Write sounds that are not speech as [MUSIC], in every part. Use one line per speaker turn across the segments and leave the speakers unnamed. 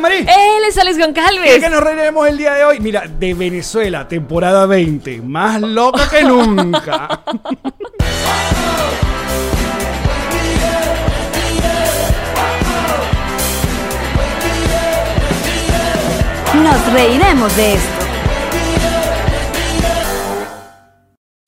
Marí.
Él es Alex
¿De
Goncalves.
qué nos reiremos el día de hoy? Mira, de Venezuela, temporada 20. Más loca que nunca.
Nos reiremos de esto.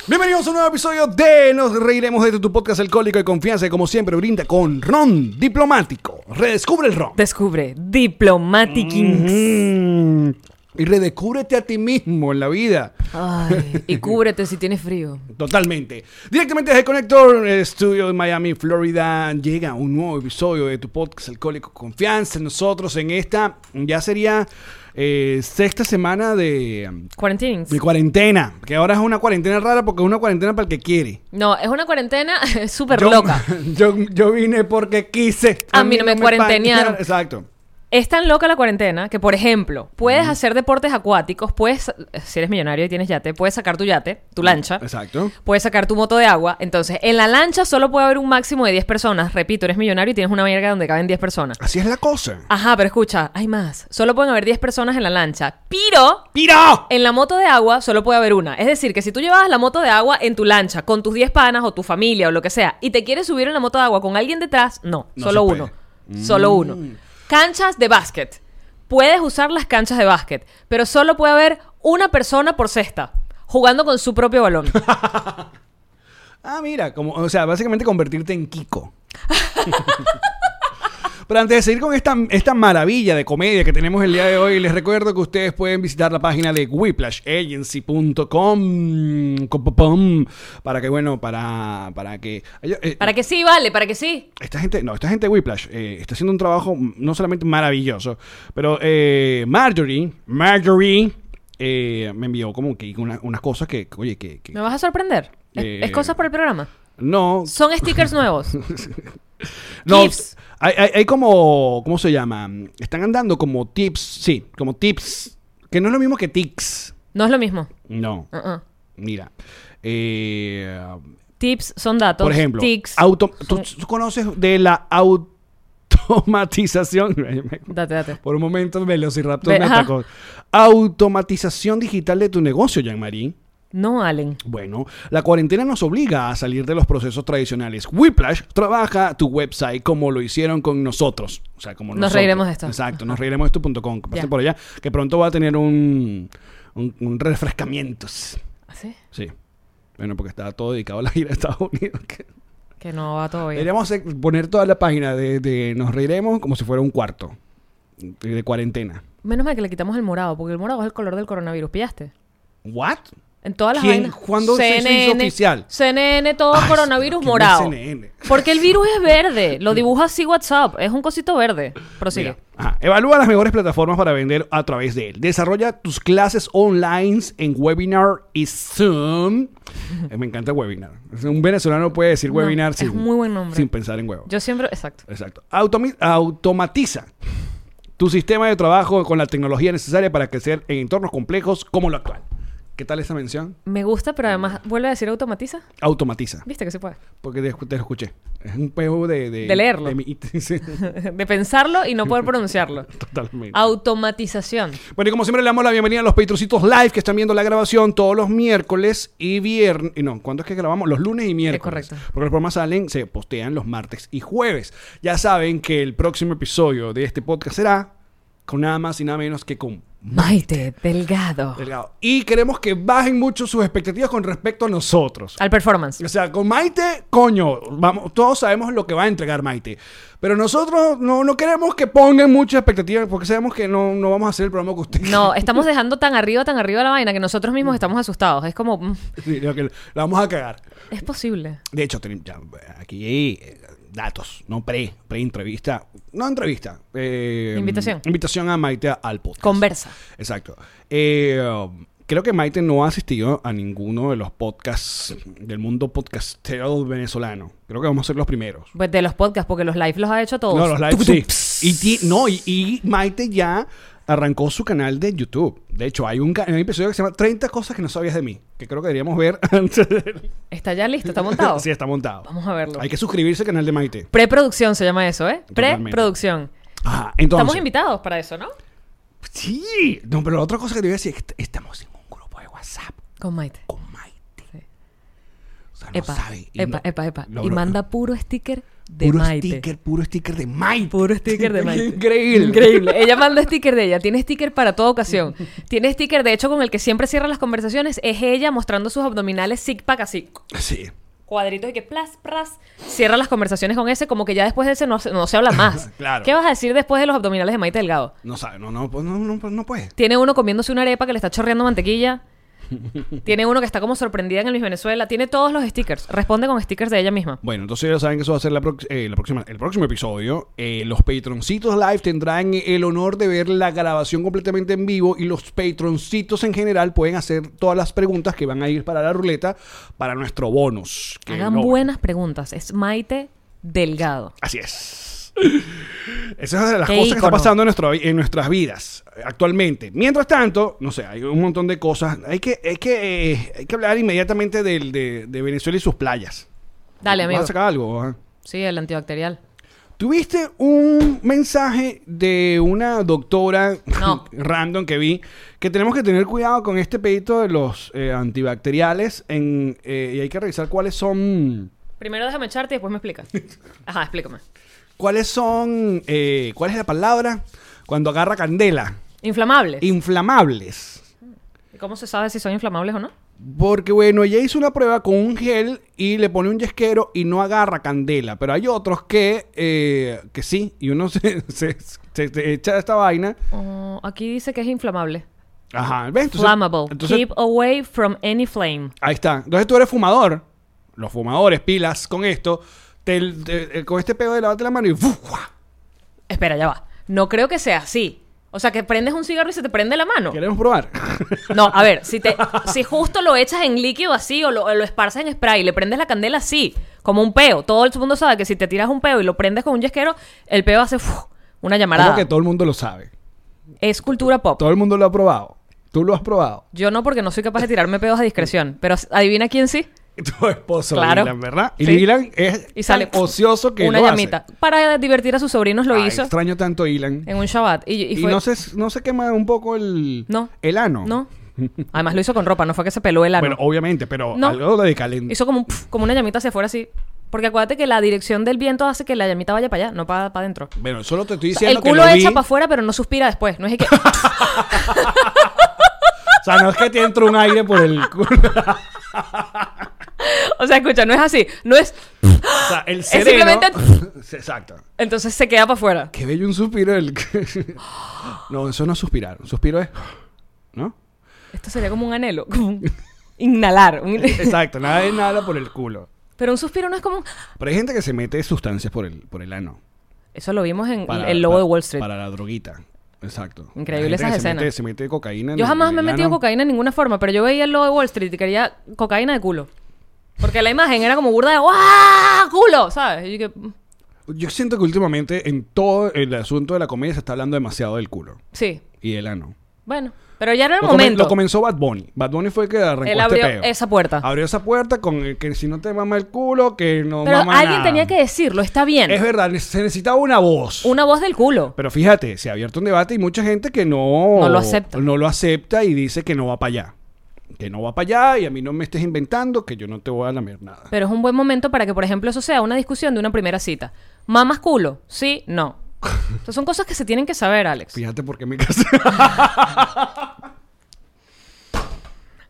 Bienvenidos a un nuevo episodio de Nos Reiremos de tu podcast alcohólico de confianza que como siempre brinda con Ron Diplomático. Redescubre el Ron.
Descubre Diplomatic
Mm. Y redescúbrete a ti mismo en la vida.
Ay, y cúbrete si tienes frío.
Totalmente. Directamente desde Connector eh, Studio en Miami, Florida, llega un nuevo episodio de tu podcast Alcohólico Confianza. en Nosotros en esta ya sería eh, sexta semana de,
Cuarentines.
de cuarentena, que ahora es una cuarentena rara porque es una cuarentena para el que quiere.
No, es una cuarentena [LAUGHS] súper
Yo-
loca.
[LAUGHS] Yo, yo vine porque quise.
A mí no me cuarentenearon.
pan- Exacto.
Es tan loca la cuarentena que, por ejemplo, puedes hacer deportes acuáticos, puedes, si eres millonario y tienes yate, puedes sacar tu yate, tu lancha,
Mm, Exacto.
puedes sacar tu moto de agua. Entonces, en la lancha solo puede haber un máximo de 10 personas. Repito, eres millonario y tienes una verga donde caben 10 personas.
Así es la cosa.
Ajá, pero escucha, hay más. Solo pueden haber 10 personas en la lancha. Pero
¡Piro!
en la moto de agua solo puede haber una. Es decir, que si tú llevabas la moto de agua en tu lancha con tus 10 panas o tu familia o lo que sea y te quieres subir en la moto de agua con alguien detrás, no,
No
solo
se puede. Mm.
uno. Solo uno. Canchas de básquet. Puedes usar las canchas de básquet, pero solo puede haber una persona por cesta jugando con su
[LAUGHS]
propio balón.
Ah, mira, como, o sea, básicamente convertirte en Kiko. [LAUGHS] Pero antes de seguir con esta, esta maravilla de comedia que tenemos el día de hoy, les recuerdo que ustedes pueden visitar la página de whiplashagency.com com, pom, pom, para que, bueno, para, para que... eh,
para que sí, vale, para que sí.
esta gente, no, esta gente de Whiplash eh, está haciendo un trabajo mm, no solamente maravilloso, pero eh, Marjorie, Marjorie eh, me envió como que una- unas cosas que, que, oye, que, que-
¿Me vas a sorprender? Es-
Eh.
es cosas por el programa.
no,
Son stickers
[LAUGHS]
nuevos.
no,
Tips.
hay, hay- hay como, ¿cómo se llama? Están andando como tips, sí, como tips, que no es lo mismo que tics,
No es lo mismo.
no,
Uh-uh.
mira, eh,
Tips son datos.
por ejemplo,
Tics.
auto- ¿tú, tú conoces de la automatización? [LAUGHS]
Date, date.
Por un momento Velociraptor
Ve-
me
ajá.
atacó. Automatización digital de tu negocio, Jean-Marie.
No, Allen.
Bueno, la cuarentena nos obliga a salir de los procesos tradicionales. Whiplash trabaja tu website como lo hicieron con nosotros. O sea, como
Nos
nosotros.
reiremos de esto.
Exacto, nos reiremos de esto.com. Que pasen
Ya.
por allá, que pronto va a tener un, un, un refrescamientos.
¿Así?
Sí. Bueno, porque estaba todo dedicado a la gira de Estados
[LAUGHS]
Unidos. que-
Que no va todo bien.
Deberíamos eh, poner toda la página de, de Nos Reiremos como si fuera un cuarto de de cuarentena.
Menos mal que le quitamos el morado, porque el morado es el color del coronavirus, ¿pillaste?
¿What?
En todas las
¿Quién?
vainas.
¿Cuándo se- se hizo oficial?
CNN, todo
Ay,
coronavirus
¿por qué no es
morado.
CNN?
Porque el virus es verde. Lo dibuja así WhatsApp. Es un cosito verde. Prosigue.
Mira, ajá. Evalúa las mejores plataformas para vender a través de él. Desarrolla tus clases online en webinar y Zoom. Eh, Me encanta webinar. Un venezolano puede decir
No,
webinar
es
sin,
muy buen nombre.
sin pensar en huevo.
Yo siempre. Exacto.
Exacto. Automi- automatiza tu sistema de trabajo con la tecnología necesaria para crecer en entornos complejos como lo actual. ¿Qué tal esa mención?
Me gusta, pero además vuelve a decir automatiza.
Automatiza.
¿Viste que se puede? [LAUGHS]
Porque te, te lo escuché. Es un peo de... De,
De leerlo.
de mi- [LAUGHS] sí,
De pensarlo y no poder pronunciarlo.
totalmente.
Automatización.
Bueno, y como siempre le damos la bienvenida a los Patrocitos Live que están viendo la grabación todos los miércoles y viernes. Y no, ¿cuándo es que grabamos? Los lunes y miércoles.
correcto.
Porque los programas salen, se postean los martes y jueves. Ya saben que el próximo episodio de este podcast será con nada más y nada menos que con
Maite Delgado.
Delgado. Y queremos que bajen mucho sus expectativas con respecto a nosotros.
Al performance.
O sea, con Maite, coño, vamos, todos sabemos lo que va a entregar Maite. Pero nosotros no, no queremos que pongan muchas expectativas porque sabemos que no, no vamos a hacer el programa que ustedes
No, estamos dejando tan arriba, tan arriba la vaina que nosotros mismos estamos asustados. Es como, mm,
[LAUGHS] Sí, lo que- la vamos a cagar.
es posible.
De hecho, tenem- ya, aquí eh, datos, no pre, pre-entrevista, no entrevista. eh,
Invitación.
Invitación a Maite al podcast.
Conversa.
Exacto. Eh, creo que Maite no ha asistido a ninguno de los podcasts del mundo podcastero venezolano. Creo que vamos a ser los primeros.
Pues de los podcasts, porque los live los ha hecho todos.
No, los
Tuc,
live
tuc.
sí. Y, ti- no, y, y Maite ya arrancó su canal de YouTube. De hecho, hay un, ca- hay un episodio que se llama 30 cosas que no sabías de mí, que creo que deberíamos ver [LAUGHS] antes de...
Está ya
[LAUGHS]
listo, está montado.
Sí, está montado.
Vamos a verlo.
Hay que suscribirse al canal de Maite.
Preproducción se llama eso, ¿eh?
Totalmente.
Preproducción.
Ajá, entonces.
Estamos invitados para eso, ¿no?
Sí, no, pero la otra cosa que te voy a decir es que est- estamos en un grupo de WhatsApp
Con Maite.
con Maite.
Sí.
O sea, no
Epa,
sabe. y
epa,
no-
epa, epa.
no,
y
bro,
manda puro sticker de
puro
Maite.
sticker, puro sticker de Maite.
Puro
[LAUGHS]
sticker de Maite.
Increíble.
Increíble. Ella manda sticker de ella. Tiene sticker para
[LAUGHS]
toda ocasión. Tiene sticker, de hecho, con el que siempre cierra las conversaciones. Es ella mostrando sus abdominales zig pack así.
Sí.
Cuadritos y que plas, plas. Cierra las conversaciones con ese, como que ya después de ese no se, no se
[LAUGHS]
habla más.
Claro.
¿Qué vas a decir después de los abdominales de Maite Delgado?
No sabe, no, no, pues, no, no, pues, no puede.
Tiene uno comiéndose una arepa que le está
[LAUGHS]
chorreando mantequilla. Tiene uno que está como sorprendida en el Miss Venezuela. Tiene todos los stickers. Responde con stickers de ella misma.
Bueno, entonces ya saben que eso va a ser la, prox- eh, la próxima, el próximo episodio. Eh, los patroncitos live tendrán el honor de ver la grabación completamente en vivo y los patroncitos en general pueden hacer todas las preguntas que van a ir para la ruleta para nuestro bonus. que
Hagan
no-
buenas preguntas. Es Maite Delgado.
Así es. [LAUGHS] Esa es una de las
Qué
cosas que está
ícono.
pasando en, nuestro- en nuestras vidas eh, actualmente. Mientras tanto, no sé, hay un montón de cosas. Hay que, hay que, eh, hay que hablar inmediatamente del- de, de Venezuela y sus playas.
Dale, amigo.
¿Vas a sacar algo? ah? ajá?
Sí, el antibacterial.
Tuviste un mensaje de una doctora
No.
[LAUGHS] random que vi que tenemos que tener cuidado con este pedito de los eh, antibacteriales en, eh, y hay que revisar cuáles son
Primero déjame echarte y después me
[LAUGHS]
explicas. Ajá, explícame.
cuáles son eh, cuál es la palabra cuando agarra candela
Inflamables.
inflamables
¿Y ¿Cómo se sabe si son inflamables o no?
porque bueno ella hizo una prueba con un gel y le pone un yesquero y no agarra candela pero hay otros que eh, que sí y uno [LAUGHS] se, se- se- se echa esta vaina
Oh, aquí dice que es inflamable.
ajá ¿ves? Entonces-
Flammable.
entonces-
Keep away from any flame.
Ahí está. Entonces tú eres fumador. Los fumadores, pilas con esto. te- te- eh, con este pedo de lavarte la mano y ¡fuf! ¡guau!
Espera, ya va. No creo que sea así. O sea, que prendes un cigarro y se te prende la mano.
¿Queremos probar? [LAUGHS]
No, a ver, si, te, si justo lo echas en líquido así o lo, o lo esparces en spray y le prendes la candela así, como un peo. Todo el mundo sabe que si te tiras un peo y lo prendes con un yesquero, el peo hace ¡fuf! una
Creo
llamarada.
que todo el mundo lo sabe.
Es cultura pop.
Todo el mundo lo ha probado. Tú lo has probado.
Yo no, porque no soy capaz de tirarme pedos a discreción. Pero adivina quién sí.
Tu esposo,
Claro.
Dylan, ¿verdad? Y
Sí.
Dylan es
Y sale
tan ocioso que
una
lo hace.
llamita. Para divertir a sus sobrinos lo
Ay,
hizo
Extraño tanto a Dylan.
en un Shabbat. Y, y
Y,
fue-
no, se, no se quema un poco el,
No.
el ano.
No. Además lo hizo con ropa, no fue que se peló el ano.
Bueno, obviamente, pero
No.
algo de calentamiento.
hizo como, un pf, como una llamita hacia afuera así. Porque acuérdate que la dirección del viento hace que la llamita vaya para allá, no para adentro.
Bueno, solo te estoy
O sea,
diciendo
el culo
que lo vi.
echa para afuera, pero no suspira después. No es que. [LAUGHS]
O sea, no es que te entra un aire por el culo.
o sea, escucha, no es así. No es.
O sea, el sereno...
simplemente-
[LAUGHS] Exacto.
Entonces se queda para afuera.
Qué bello un suspiro el... [GASPS] no, eso no es suspirar. Un suspiro es... ¿No?
Esto sería como un anhelo,
[LAUGHS]
como un inhalar. un-
Exacto, nada [GASPS] de nada por el culo.
[LAUGHS] pero un suspiro no es como. un-
Pero hay gente que se mete sustancias por el, por el ano.
Eso lo vimos en
Para-
El Lobo de
para-
Wall Street.
Para la droguita. Exacto.
Increíble
Hay gente
esas
que
escenas.
Se mete, se mete cocaína. en
Yo
el-
jamás
en
me he
el
metido
ano.
cocaína de ninguna forma, pero yo veía el logo de Wall Street y quería cocaína de culo. Porque la imagen era como burda de ¡guau! ¡Culo! ¿Sabes? Y yo que, mm,
Yo siento que últimamente en todo el asunto de la comedia se está hablando demasiado del culo
sí,
y del ano.
bueno. Pero ya era el
Lo, comen-
momento.
lo comenzó Bad Bunny. Bad Bunny fue el que arrancó
Él
este
abrió
peo.
esa puerta.
Abrió esa puerta con el que si no te mama el culo, que no
pero
mama
alguien
nada.
tenía que decirlo, está bien.
Es verdad, se necesitaba una voz.
Una voz del culo.
Pero fíjate, se ha abierto un debate y mucha gente que no,
No lo acepta.
no lo acepta y dice que no va para allá. Que no va para allá y a mí no me estés inventando que yo no te voy a lamer nada.
Pero es un buen momento para que, por ejemplo, eso sea una discusión de una primera cita. ¿Mamas culo? ¿Sí?
[LAUGHS]
¿No? Entonces son cosas que se tienen que saber, Alex.
Fíjate por qué me casé. [LAUGHS]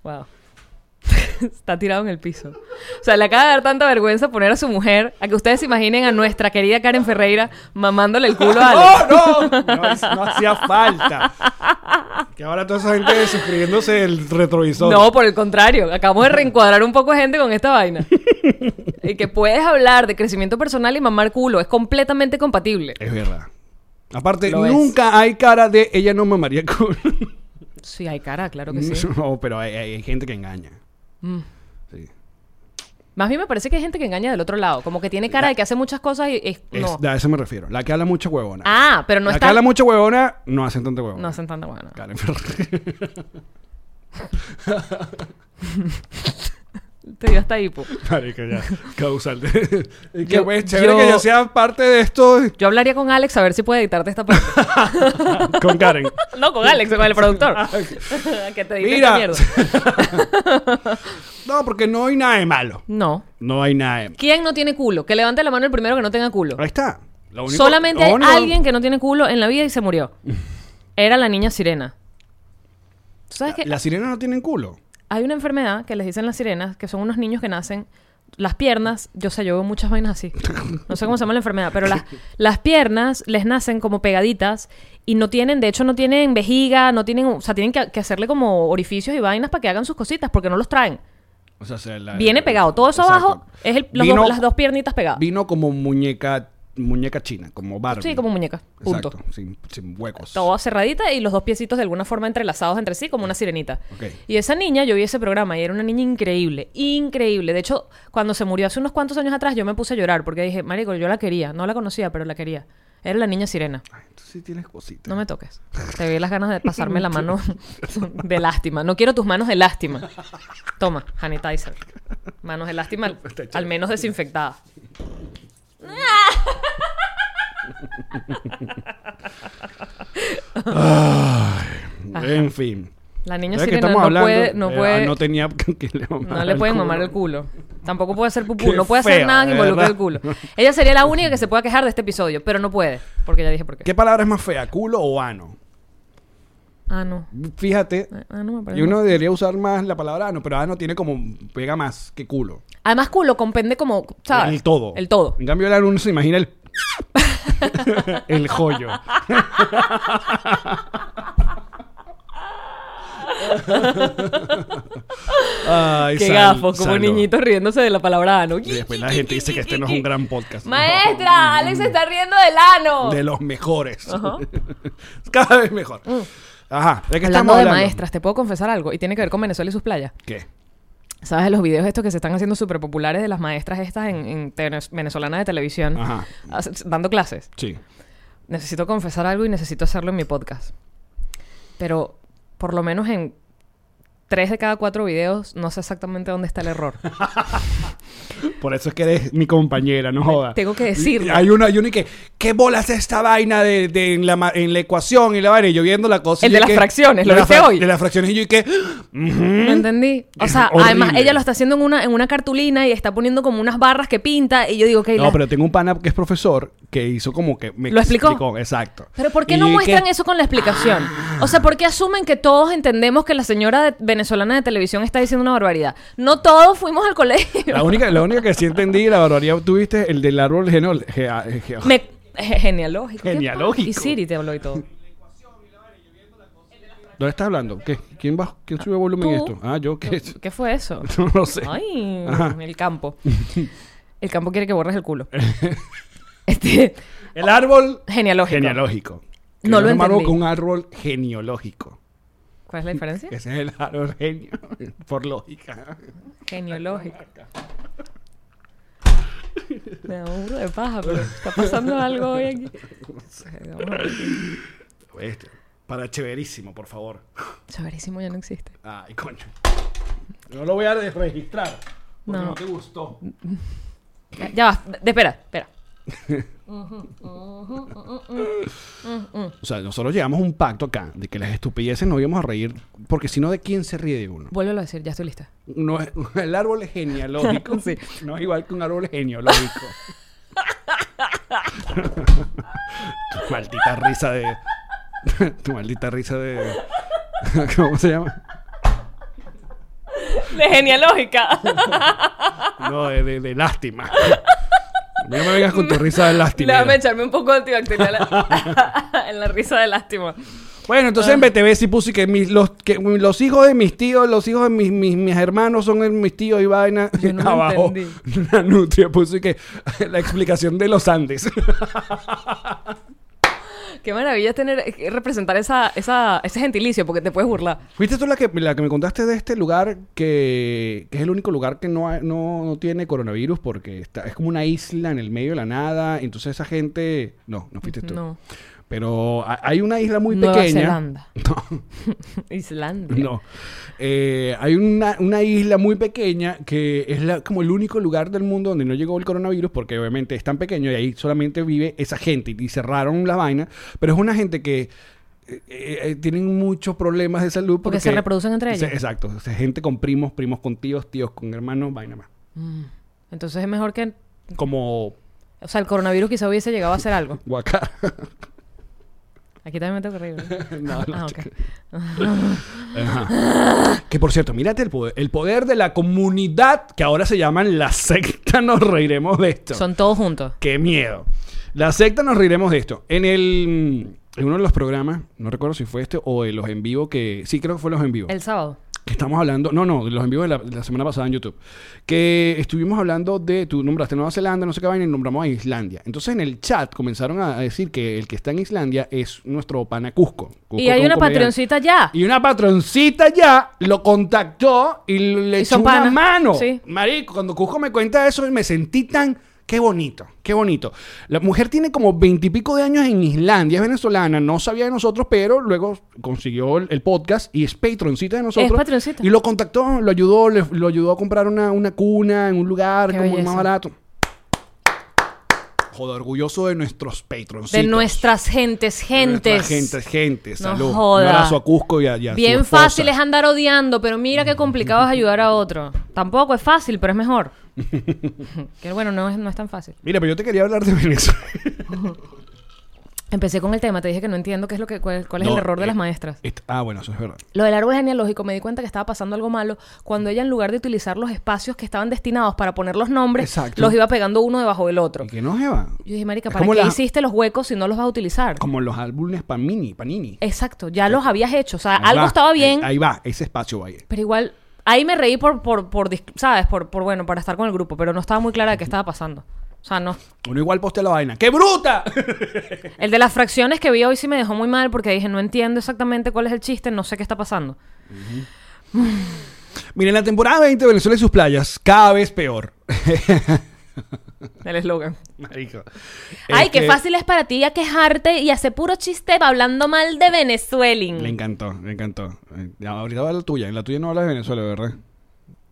Wow. [LAUGHS] Está tirado en el piso. O sea, le acaba de dar tanta vergüenza poner a su mujer, a que ustedes se imaginen a nuestra querida Karen Ferreira mamándole
[LAUGHS]
el culo a Alex.
¡No, no! No, es- no hacía falta. Que ahora toda esa gente suscribiéndose el retrovisor.
No, por el contrario, acabamos de reencuadrar un poco de gente con
[LAUGHS]
esta vaina. Y que puedes hablar de crecimiento personal y mamar culo, es completamente compatible.
Es verdad. Aparte,
Lo es.
nunca hay cara de ella no mamaría el culo.
Sí, hay cara, claro que sí.
[LAUGHS]
Mm.
No, pero hay, hay- hay gente que engaña. Sí.
Más bien me parece que hay gente que engaña del otro lado, como que tiene cara de que hace muchas cosas y es-
Es-
no.
A eso me refiero. La que habla mucho huevona.
Ah, pero no
la
está
que habla mucho huevona no hacen tanta huevona.
no hacen tanta buena.
[LAUGHS] Karen Ferrer.
Te dio hasta hipo.
Marica, ya. Causal.
[LAUGHS]
Y que,
Yo-
pues, chévere
yo-
que yo sea parte de esto
Yo hablaría con Alex a ver si puede editarte esta parte.
con Karen.
[LAUGHS] no, con Alex,
[LAUGHS]
con el productor. [LAUGHS] que te edite esta
Ah, Mira. [LAUGHS]
mierda.
No, porque no hay nada de malo.
No.
No hay nada de malo.
¿Quién no tiene culo? Que levante la mano el primero que no tenga culo.
Ahí está. Lo único- Oh,
Solamente
lo
hay
único-
alguien que no tiene culo en la vida y se murió. Era la niña sirena. ¿Tú sabes que
Las sirenas no tienen culo.
hay una enfermedad que les dicen las sirenas, que son unos niños que nacen las piernas, yo sé, yo veo muchas vainas así. No sé cómo se llama la enfermedad, pero
[LAUGHS]
las, las piernas les nacen como pegaditas y no tienen, de hecho no tienen vejiga, no tienen, o sea, tienen que, que hacerle como orificios y vainas para que hagan sus cositas porque no los traen.
O sea, se la-
Viene pegado, todo eso
Exacto.
abajo es el- los
Vino-
dos- las dos piernitas pegadas.
Vino como muñeca muñeca china, como Barbie.
Sí, como muñeca, punto.
Exacto, sin, sin huecos.
Todo cerradita y los dos piecitos de alguna forma entrelazados entre sí, como una sirenita.
Ok.
Y esa niña, yo vi ese programa y era una niña increíble, increíble. De hecho, cuando se murió hace unos cuantos años atrás, yo me puse a llorar porque dije, Marico, yo la quería. No la conocía, pero la quería. Era la niña sirena.
Ay, tú sí tienes cositas.
No me toques. Te vi las ganas de pasarme la mano de lástima. No quiero tus manos de lástima. Toma, sanitizer. Manos de lástima, al- al menos desinfectadas. Ajá.
En fin.
La niña
¿Sabes qué
sirena
estamos
no
hablando?
puede, no
Eh,
puede,
ah, no tenía [LAUGHS] que le mamara
No le
el
pueden
culo.
mamar el culo. Tampoco puede hacer pupú.
Qué
no puede
feo,
hacer nada que
de
involucre
[LAUGHS]
el
verdad.
culo. Ella sería la única que se pueda quejar de este episodio, pero no puede. Porque ya dije por qué.
¿Qué palabra es más fea, culo o ano?
Ah, no.
Fíjate,
Ah, no me parece.
y uno debería usar más la palabra ano, pero ano tiene como pega más que culo.
Además, culo compende como, ¿sabes?
El todo.
El todo.
En cambio, el ano uno se imagina el. [LAUGHS] el
[LAUGHS]
joyo. Ay,
Qué
sal-
gafo, como
salud.
niñito riéndose de la palabra ano.
Y después la gente dice que este no es un gran podcast.
[LAUGHS] Maestra, Alex se está riendo del ano.
De los mejores. [LAUGHS] Cada vez mejor. Ajá. ¿De qué
Mm. hablando
estamos
de
hablando?
maestras, te puedo confesar algo y tiene que ver con Venezuela y sus playas.
¿Qué?
¿Sabes de los videos estos que se están haciendo súper populares de las maestras estas en, en tenes- venezolanas de televisión
Ajá.
as- dando clases?
Sí.
necesito confesar algo y necesito hacerlo en mi podcast. Pero por lo menos en tres de cada cuatro videos no sé exactamente dónde está
[LAUGHS]
el error.
Por eso es que eres mi compañera, no jodas.
tengo que decirlo.
Y Hay una, hay una y que, ¿qué bolas es esta vaina de, de- en, la, ma- en la ecuación y la vaina? Y yo viendo la cosa. y
El
yo
de las
que-
fracciones, ¿lo
de las
viste
fra-
hoy?
De las fracciones y yo y que,
¿No entendí? O sea,
Horrible.
además ella lo está haciendo en una, en una cartulina y está poniendo como unas barras que pinta y yo digo, ok,
No,
la-
pero tengo un pana que es profesor que hizo como que me
¿Lo explicó?
exacto.
¿Pero por qué
Y
no
que-
muestran eso con la explicación? O sea, ¿por qué asumen que todos entendemos que la señora de- venezolana de televisión está diciendo una barbaridad? No todos fuimos al colegio.
La única, la única que sí entendí, la barbaridad tuviste, el del árbol genol, ge- ah, ge-
[LAUGHS] Me- [LAUGHS] ge- genealógico. ¿qué
Genealógico.
pa- Y Siri te habló y todo.
¿Dónde estás hablando? ¿Qué? ¿Quién, bajo, ¿Quién sube volumen en
tú.
esto? Ah, yo [LAUGHS] qué.
¿Qué fue eso?
[LAUGHS] No lo sé.
Ay,
Ajá. [LAUGHS]
el campo. El campo quiere que borres el culo. Este,
El árbol
genealógico.
genealógico. Que
No lo
es más
entendí.
con un árbol genealógico.
¿Cuál es la diferencia?
Ese es el árbol [LAUGHS] genio, por lógica.
Genealógico. [LAUGHS] Me da un burro de paja, pero está pasando algo hoy aquí.
[LAUGHS] Este, para chéverísimo, por favor.
Chaverísimo ya no existe.
Ay, coño. No lo voy a registrar. Porque no,
No.
te gustó.
Ya, ya va, de- espera, espera.
O sea, nosotros llegamos a un pacto acá de que las estupideces no íbamos a reír, porque si no, ¿de quién se ríe de uno?
Vuélvelo a decir, ya estoy lista.
No es, el árbol genealógico
Sí.
no es igual que un árbol genealógico. [LAUGHS] tu maldita risa de. [LAUGHS] tu maldita risa de. [LAUGHS] ¿Cómo se llama?
De [LAUGHS] genealógica.
No, de, de- de
[LAUGHS]
lástima. No me vengas con tu risa de lástima.
Déjame echarme un poco de antibacterial en la [LAUGHS] risa de lástima.
Bueno, entonces en
Ah.
BTV sí puse que, mis, los, que los hijos de mis tíos, los hijos de mis, mis, mis hermanos son el- mis tíos y vaina. [LAUGHS]
Yo no lo
Abajo,
entendí.
una nutria puse que [LAUGHS] la explicación de los Andes. [LAUGHS]
Qué maravilla es tener eh, representar esa, esa, ese gentilicio, porque te puedes burlar.
¿Fuiste tú la que, la que me contaste de este lugar que, que es el único lugar que no, ha- no, no tiene coronavirus porque está, es como una isla en el medio de la nada? Entonces esa gente... No, no fuiste tú.
No.
Pero ha- hay una isla muy
Nueva
pequeña.
Zelanda.
[LAUGHS] No.
[LAUGHS]
[LAUGHS]
Islandia.
No. Eh, hay una, una isla muy pequeña que es la, como el único lugar del mundo donde no llegó el coronavirus porque obviamente es tan pequeño y ahí solamente vive esa gente y, y cerraron la vaina. Pero es una gente que eh, eh, tienen muchos problemas de salud porque,
Porque se reproducen entre
se-
ellos.
exacto. O sea, gente con primos, primos con tíos, tíos con hermanos, vaina más.
Entonces es mejor que...
Como
O sea, el coronavirus quizá hubiese llegado a hacer algo.
guacá. [LAUGHS]
Aquí también me tengo que reír. ¿verdad?
No, no,
Ah, ok.
chica. Ajá. Que por cierto, mírate el poder, el poder de la comunidad que ahora se llaman la secta. Nos reiremos de esto.
Son todos juntos.
Qué miedo. La secta nos reiremos de esto. En el en uno de los programas, no recuerdo si fue este o de los en vivo que sí creo que fue los en vivo.
El sábado.
Que estamos hablando, no, no, de los en vivo de la, de la semana pasada en YouTube. Que estuvimos hablando de, tú nombraste Nueva Zelanda, no sé qué vaina, y nombramos a Islandia. Entonces en el chat comenzaron a a decir que el que está en Islandia es nuestro pana Cusco. Cusco
Y hay
es un
una
comediante.
patroncita ya.
Y una patroncita ya lo contactó y le
Y
echó
son
una
panas.
mano.
Sí.
Marico, cuando Cusco me cuenta eso, me sentí tan. Qué bonito, qué bonito. La mujer tiene como veintipico de años en Islandia, es venezolana, no sabía de nosotros, pero luego consiguió el, el podcast y es patroncita de nosotros.
Es patroncita.
Y lo contactó, lo ayudó, le- lo ayudó a comprar una, una cuna en un lugar
Qué
como el más
belleza.
barato. Joder, orgulloso de nuestros patroncitos.
de nuestras gentes, gentes.
Gente, gente,
No
salud.
joda.
Un abrazo a Cusco y a, y a su
Bien
esposa.
fácil es andar odiando, pero mira qué complicado es ayudar a otro. Tampoco es fácil, pero es mejor.
[LAUGHS]
que bueno, no es, no es tan fácil.
Mira, pero yo te quería hablar de Venezuela.
Empecé con el tema, te dije que no entiendo qué es lo que cuál, cuál es
No,
el error de
eh,
las maestras.
Est- Ah, bueno, eso es verdad.
Lo del árbol genealógico me di cuenta que estaba pasando algo malo cuando ella en lugar de utilizar los espacios que estaban destinados para poner los nombres,
Exacto.
los iba pegando uno debajo del otro.
¿Y que no, Jeva?
Yo dije, marica,
Es
¿para
como
qué
las-
hiciste los huecos si no los vas a utilizar?
Como los álbumes Panini. Panini.
Exacto, ya los habías hecho, o sea,
Ahí
algo
va,
estaba
ahí-
bien,
Ahí, va, ese espacio va ahí.
pero igual ahí me reí por por por dis- sabes, por por bueno, para estar con el grupo, pero no estaba muy clara de qué estaba pasando. O sea, no.
Uno igual postea la vaina. ¡Qué bruta! [LAUGHS]
El de las fracciones que vi hoy sí me dejó muy mal porque dije, no entiendo exactamente cuál es el chiste, no sé qué está pasando.
Miren, la temporada 20 de Venezuela y sus playas, cada vez peor. [LAUGHS]
El eslogan.
Marico.
Ay,
Es
qué
que
fácil es para ti ya quejarte y hacer puro chiste hablando mal de
Le
Venezuela.
encantó, le encantó. Eh, Ahorita va la tuya. En la tuya no habla de Venezuela, ¿verdad?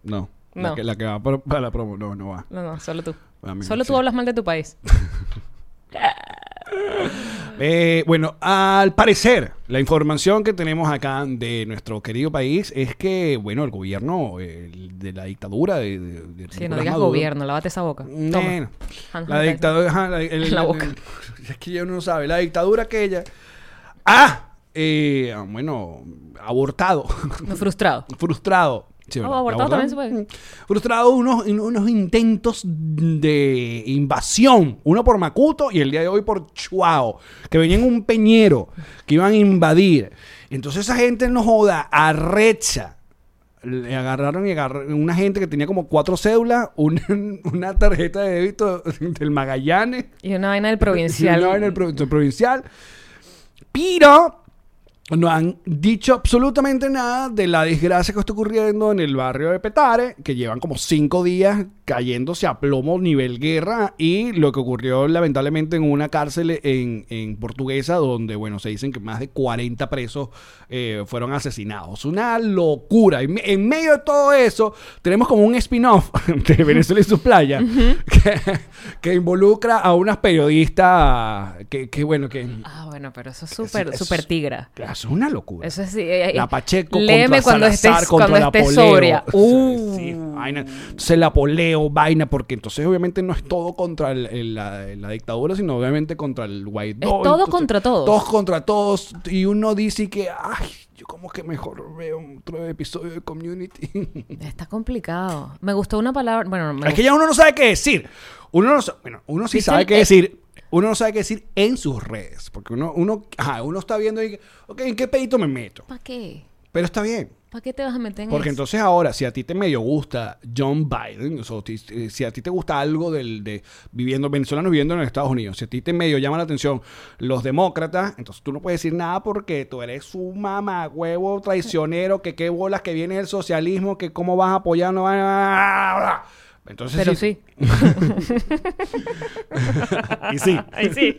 No. La
No.
que, la que va por- para la promo. No, no va.
No, no, solo tú.
A mí
Solo
sí.
tú hablas mal de tu país.
Eh, bueno, al parecer, la información que tenemos acá de nuestro querido país es que, bueno, el gobierno eh, de la dictadura de, de- de
Sí, no
Nicolás
digas
Maduro-
gobierno, lávate esa boca. Toma.
Bueno,
Hand
la
sanitizer.
dictadura, ajá, la, el-
[LAUGHS] La
el-
boca.
es que yo no sabe, la dictadura aquella. Ah, eh, bueno, abortado, [LAUGHS]
No, Frustrado.
frustrado. Sí,
Ah,
¿verdad?
abortado también se puede.
Mm. Frustrado unos, unos intentos de invasión. Uno por Macuto y el día de hoy por Chuao. Que venían un peñero que iban a invadir. Entonces esa gente no joda, arrecha. Le agarraron y agarraron una gente que tenía como cuatro cédulas, una, [LAUGHS] una tarjeta de débito del Magallanes.
Y
[LAUGHS]
una vaina del
Sí,
provincial.
una vaina del pro- del provincial. Pero no han dicho absolutamente nada de la desgracia que está ocurriendo en el barrio de Petare, que llevan como cinco días cayéndose a plomo nivel guerra y lo que ocurrió lamentablemente en una cárcel en, en Portuguesa, donde, bueno, se dicen que más de 40 presos eh, fueron asesinados. Una locura. En, me- en medio de todo eso, tenemos como un spin-off [LAUGHS] de Venezuela y sus playas, que, que involucra a unas periodistas que, que, bueno, que...
Ah, bueno, pero eso es súper,
es-
súper tigra.
Es una locura.
Eso es... sí, eh, eh,
La Pacheco contra
Léeme cuando
Salazar,
estés,
contra
cuando
la
estés
Poleo.
sobria. Uh.
Sí, vaina. Entonces la poleo, vaina, porque entonces obviamente no es todo contra el- el- la, la dictadura, sino obviamente contra el Guaidó.
Es todo
Entonces,
contra todos.
Todos contra todos. Y uno dice que, ay, yo como que mejor veo otro episodio de Community. [LAUGHS]
Está complicado. Me gustó una palabra... Bueno, me
es que ya uno no sabe qué decir. Uno no sa- bueno, uno sí
¿Viste
sabe
el- e-,
qué
el-
decir. Uno no sabe qué decir en sus redes. Porque uno, uno, ajá, uno está viendo y, ok, ¿en qué pedito me meto?
¿Para qué?
Pero está bien.
¿Para qué te vas a meter en
Porque
eso?
entonces ahora, si a ti te medio gusta John Biden, o sea, ti- eh, si a ti te gusta algo del, de viviendo venezolanos viviendo en Estados Unidos, si a ti te medio llama la atención los demócratas, entonces tú no puedes decir nada porque tú eres un mamá huevo traicionero, que qué bolas que viene el socialismo, que cómo vas a apoyar, no vas a... Entonces,
Pero
si-
sí.
[LAUGHS] Y sí.
Ay, sí.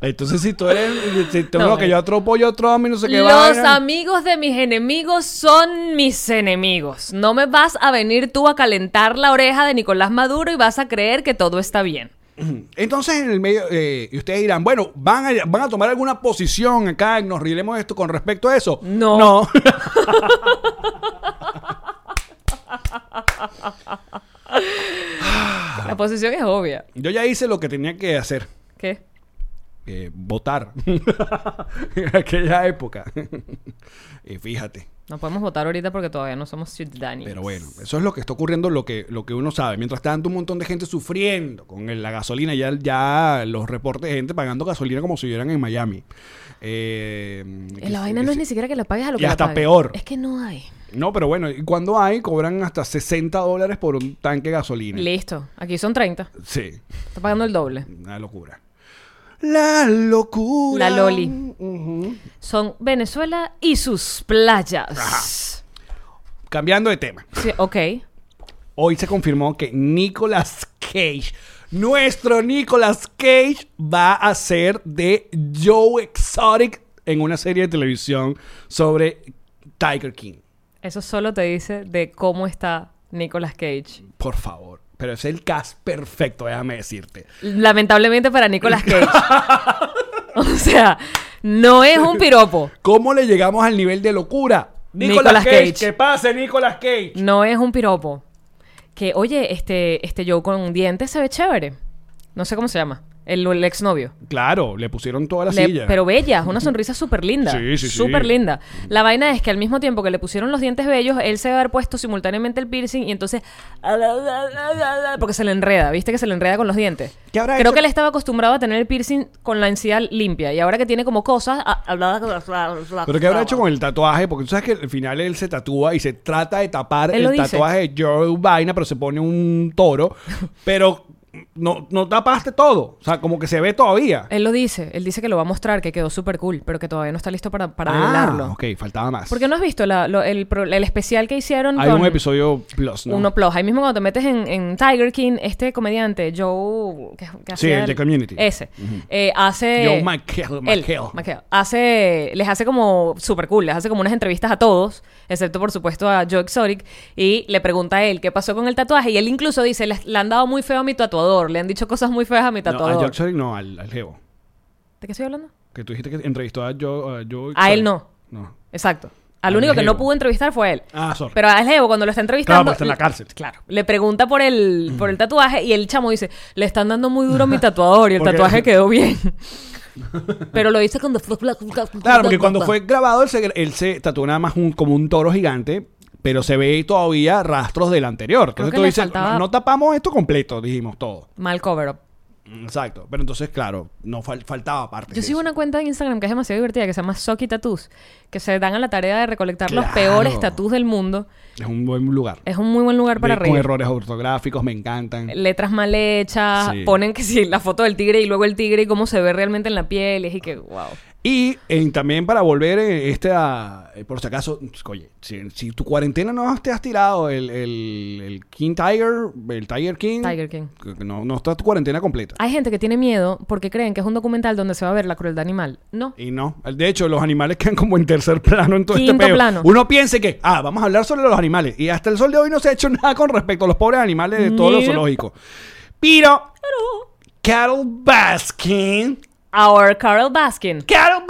Entonces, si tú eres. Si tú
No, eh.
no, que yo atropo, yo atropo y no sé qué
Los
vaina.
amigos de mis enemigos son mis enemigos. No me vas a venir tú a calentar la oreja de Nicolás Maduro y vas a creer que todo está bien.
Entonces, en el medio, eh, y ustedes dirán, bueno, ¿van a, ¿van a tomar alguna posición acá y nos rilemos esto con respecto a eso?
No.
No. [LAUGHS]
La posición es obvia.
Yo ya hice lo que tenía que hacer.
¿Qué?
eh, votar. [LAUGHS] en aquella época. [LAUGHS] Y fíjate.
No podemos votar ahorita porque todavía no somos ciudadanos.
Pero bueno, eso es lo que está ocurriendo, lo que, lo que uno sabe. Mientras tanto, un montón de gente sufriendo con el- la gasolina. Ya, ya los reportes de gente pagando gasolina como si vivieran en Miami. Eh, que
La
sí,
vaina
que
no es
sí.
ni siquiera que la pagues a lo
Y
que la
hasta
pagues.
peor.
Es que no hay.
No, pero bueno, y cuando hay, cobran hasta 60 dólares por un tanque de gasolina.
Listo. Aquí son 30.
sí,
Está pagando el doble.
una locura. La locura.
La loli.
Ujú.
Son Venezuela y sus playas.
Cambiando de tema.
Sí, ok.
Hoy se confirmó que Nicolas Cage, nuestro Nicolas Cage, va a ser de Joe Exotic en una serie de televisión sobre Tiger King.
Eso solo te dice de cómo está Nicolas Cage.
Por favor. Pero es el cast perfecto, déjame decirte.
Lamentablemente para Nicolas Cage. o sea, no es un piropo.
¿Cómo le llegamos al nivel de locura? Nicolas,
Nicolas
Cage,
Cage.
que pase Nicolas Cage.
No es un piropo. Que, oye, este, este Joe con dientes se ve chévere. No sé cómo se llama. El, el exnovio.
Claro, le pusieron toda la
Le-
silla.
pero bella, una sonrisa súper linda.
Sí, sí, sí.
Súper linda. La vaina es que al mismo tiempo que le pusieron los dientes bellos, él se va a haber puesto simultáneamente el piercing y entonces. Porque se le enreda, ¿viste? Que se le enreda con los dientes.
¿Qué habrá
Creo
hecho?
que él estaba acostumbrado a tener el piercing con la encía limpia y ahora que tiene como cosas. ah,
Pero ¿qué habrá hecho con el tatuaje? Porque tú sabes que al final él se tatúa y se trata de tapar
Él
el
lo dice.
tatuaje de Joe Vaina, pero se pone un
[LAUGHS]
toro. pero no, no tapaste todo. O sea, como que se ve todavía.
Él lo dice, él dice que lo va a mostrar, que quedó súper cool, pero que todavía no está listo para, para
ah,
revelarlo.
ok, faltaba más.
Porque no has visto la- lo- el, pro- el especial que hicieron
Hay
con-
un episodio plus, ¿no?
Uno plus. Ahí mismo cuando te metes en, en Tiger King, este comediante, Joe... Que, que
Sí,
hacía
el de Community.
Ese. eh, hace...
Joe McHale,
Él,
McHale.
McHale. Hace... Les hace como... Super cool. Les hace como unas entrevistas a todos, excepto por supuesto a Joe Exotic. Y le pregunta a él qué pasó con el tatuaje. Y él incluso dice, le, le han dado muy feo a mi tatuador. Le han dicho cosas muy feas a mi
no, a
tatuador.
Joe Exotic no, al, al Geo.
¿De qué estoy hablando?
Que tú dijiste que entrevistó a Joe. A, Joe
A
Exotic.
él no.
No.
Exacto. Al
Al
único que no
Evo.
pudo entrevistar fue a él.
Ah, sorry.
Pero a Evo cuando lo está
claro,
entrevistando...
porque está en la cárcel.
Claro. Le pregunta por el, por el tatuaje y el chamo dice, le están dando muy duro a
[LAUGHS]
mi tatuador y el
Porque-
tatuaje
[LAUGHS]
quedó bien. Pero lo hice cuando fue...
Claro, porque cuando fue grabado, él se, él se tatuó nada más un- como un toro gigante, pero se ve todavía rastros del anterior.
Creo
Entonces
que
tú
le
dices,
faltaba-
no, no tapamos esto completo, dijimos todo.
Mal cover up.
Exacto. Pero entonces, claro, no fal- faltaba parte.
Yo
de
sigo
eso.
una cuenta en Instagram que es demasiado divertida, que se llama Socky Tattoos, que se dan a la tarea de recolectar los
Claro.
peores tattoos del mundo.
Es un buen lugar.
Es un muy buen lugar para
De- con
reír.
errores ortográficos, me encantan.
Letras mal hechas,
Sí.
ponen que sí, la foto del tigre y luego el tigre y cómo se ve realmente en la piel. Y es y que, wow.
Y eh, también para volver eh, este a- eh, por si acaso, oye, si, si tu cuarentena no te has tirado el, el- el King Tiger, el Tiger King,
Tiger King.
que- que no, no está tu cuarentena completa.
Hay gente que tiene miedo porque creen que es un documental donde se va a ver la crueldad animal. No.
Y no, de hecho, los animales [LAUGHS] quedan como en tercer plano en todo
Quinto
este peo.
plano.
Uno piensa que, ah, vamos a hablar sobre los animales. Y hasta el sol de hoy no se ha hecho [LAUGHS] nada con respecto a los pobres animales de todos los
Ni-
zoológicos. Pero, Carol Baskin,
Our Carol Baskin.
Carol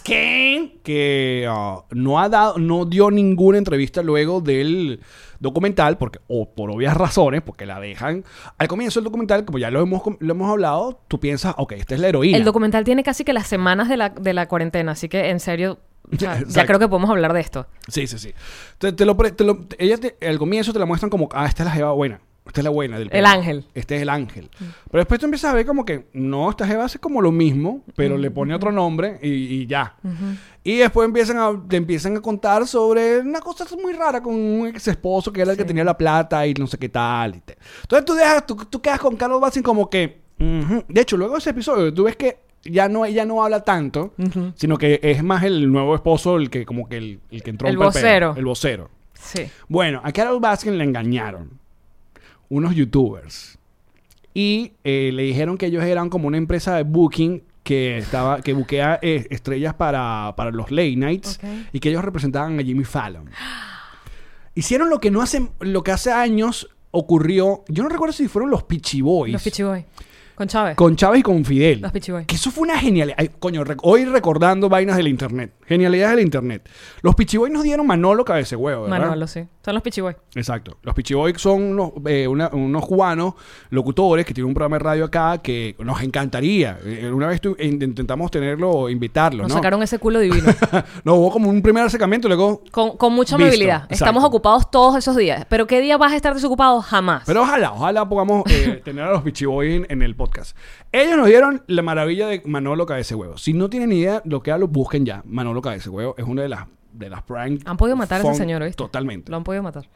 Baskin, que ah, no ha dado, no dio ninguna entrevista luego del documental, porque, o por obvias razones, porque la dejan. Al comienzo del documental, como ya lo hemos, com- lo hemos hablado, tú piensas, ok, esta es la heroína.
El documental tiene casi que las semanas de la, de la cuarentena, así que en serio,
[LAUGHS]
o sea, ya
Exacto.
creo que podemos hablar de esto.
Sí, sí, sí. Te, te lo, pre- te lo- te- ella te- al comienzo te la muestran como, ah, esta es la jeva buena. Esta es la buena del
El
peo.
ángel. Mm.
Este es el ángel. Pero después tú empiezas a ver como que, no, esta jeva hace como lo mismo, pero le pone otro nombre y, y ya. Y después empiezan a, te empiezan a contar sobre una cosa muy rara con un ex esposo que era el que tenía la plata y no sé qué tal. y te- Entonces tú dejas, tú, tú quedas con Carlos Bassin como que, ujú. de hecho, luego de ese episodio tú ves que ya no, ella no habla tanto, sino que es más el nuevo esposo el que como que el, el que entró
El
trompa peo.
vocero.
El vocero.
Sí.
Bueno, a Carol Baskin le engañaron. unos youtubers. Y eh, le dijeron que ellos eran como una empresa de booking que estaba que buquea eh, estrellas para, para los late nights
Ok.
y que ellos representaban a Jimmy Fallon. Hicieron lo que no hace lo que hace años ocurrió, yo no recuerdo si fueron los Pichi Boys.
Los Pichiboy. Con Chávez.
Con Chávez y con Fidel.
Los Pichi Boys.
Que eso fue una genialidad. Ay, coño, rec- hoy recordando vainas del internet. Genialidades del internet. Los Pichiboy nos dieron Manolo cabeza huevo, ¿verdad?
Manolo, sí. Son los Pichiboy.
Exacto. Los Pichiboy son unos, eh, una- unos cubanos locutores que tienen un programa de radio acá que nos encantaría. Eh, Una vez tu- in- intentamos tenerlo o invitarlo,
Nos
¿no? [LAUGHS]
sacaron ese culo divino.
no, hubo como un primer acercamiento y luego...
Con, con mucha
Visto,
movilidad.
exacto.
Estamos ocupados todos esos días. Pero ¿qué día vas a estar desocupado? Jamás.
Pero ojalá, ojalá podamos
[LAUGHS]
eh, tener a los Pichiboy en, en el podcast. Ellos nos dieron la maravilla de Manolo Cabeza Huevo. Si no tienen idea lo que hablo, busquen ya. Manolo Cabeza Huevo es una de las de las prank
han podido matar a
fun
ese señor, ¿viste?
Totalmente.
Lo han podido matar.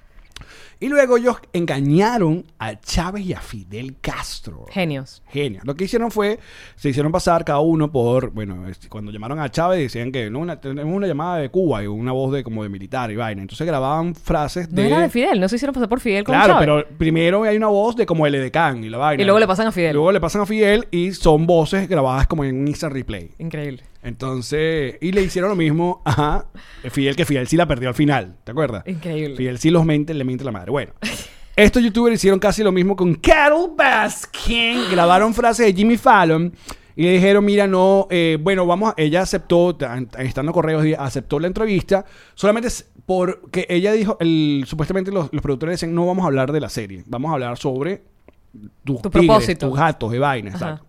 Y luego ellos engañaron a Chávez y a Fidel Castro.
Genios.
Genios. Lo que hicieron fue, se hicieron pasar cada uno por, bueno, este, cuando llamaron a Chávez decían que no, una, tenemos una llamada de Cuba y una voz de como de militar y vaina. Entonces grababan frases
No
de...
era de Fidel, no se hicieron pasar por Fidel con
Claro,
Chávez.
pero primero hay una voz de como el edecán y la vaina.
Y luego le pasan a Fidel.
Luego le pasan a Fidel y son voces grabadas como en un instant replay.
Increíble.
Entonces, y le hicieron lo mismo a Fidel, que Fidel sí la perdió al final, ¿te acuerdas?
Increíble.
Fidel sí los mente, le miente la madre. Bueno, estos youtubers hicieron casi lo mismo con Carol Baskin. Grabaron frases de Jimmy Fallon y le dijeron, mira, no, eh, bueno, vamos, a- ella aceptó, tan- estando correos, di- aceptó la entrevista, solamente es porque ella dijo, el, supuestamente los, los productores decían, no vamos a hablar de la serie, vamos a hablar sobre tus
Tu
tigres,
propósito.
tus gatos de vaina,
Ajá.
exacto.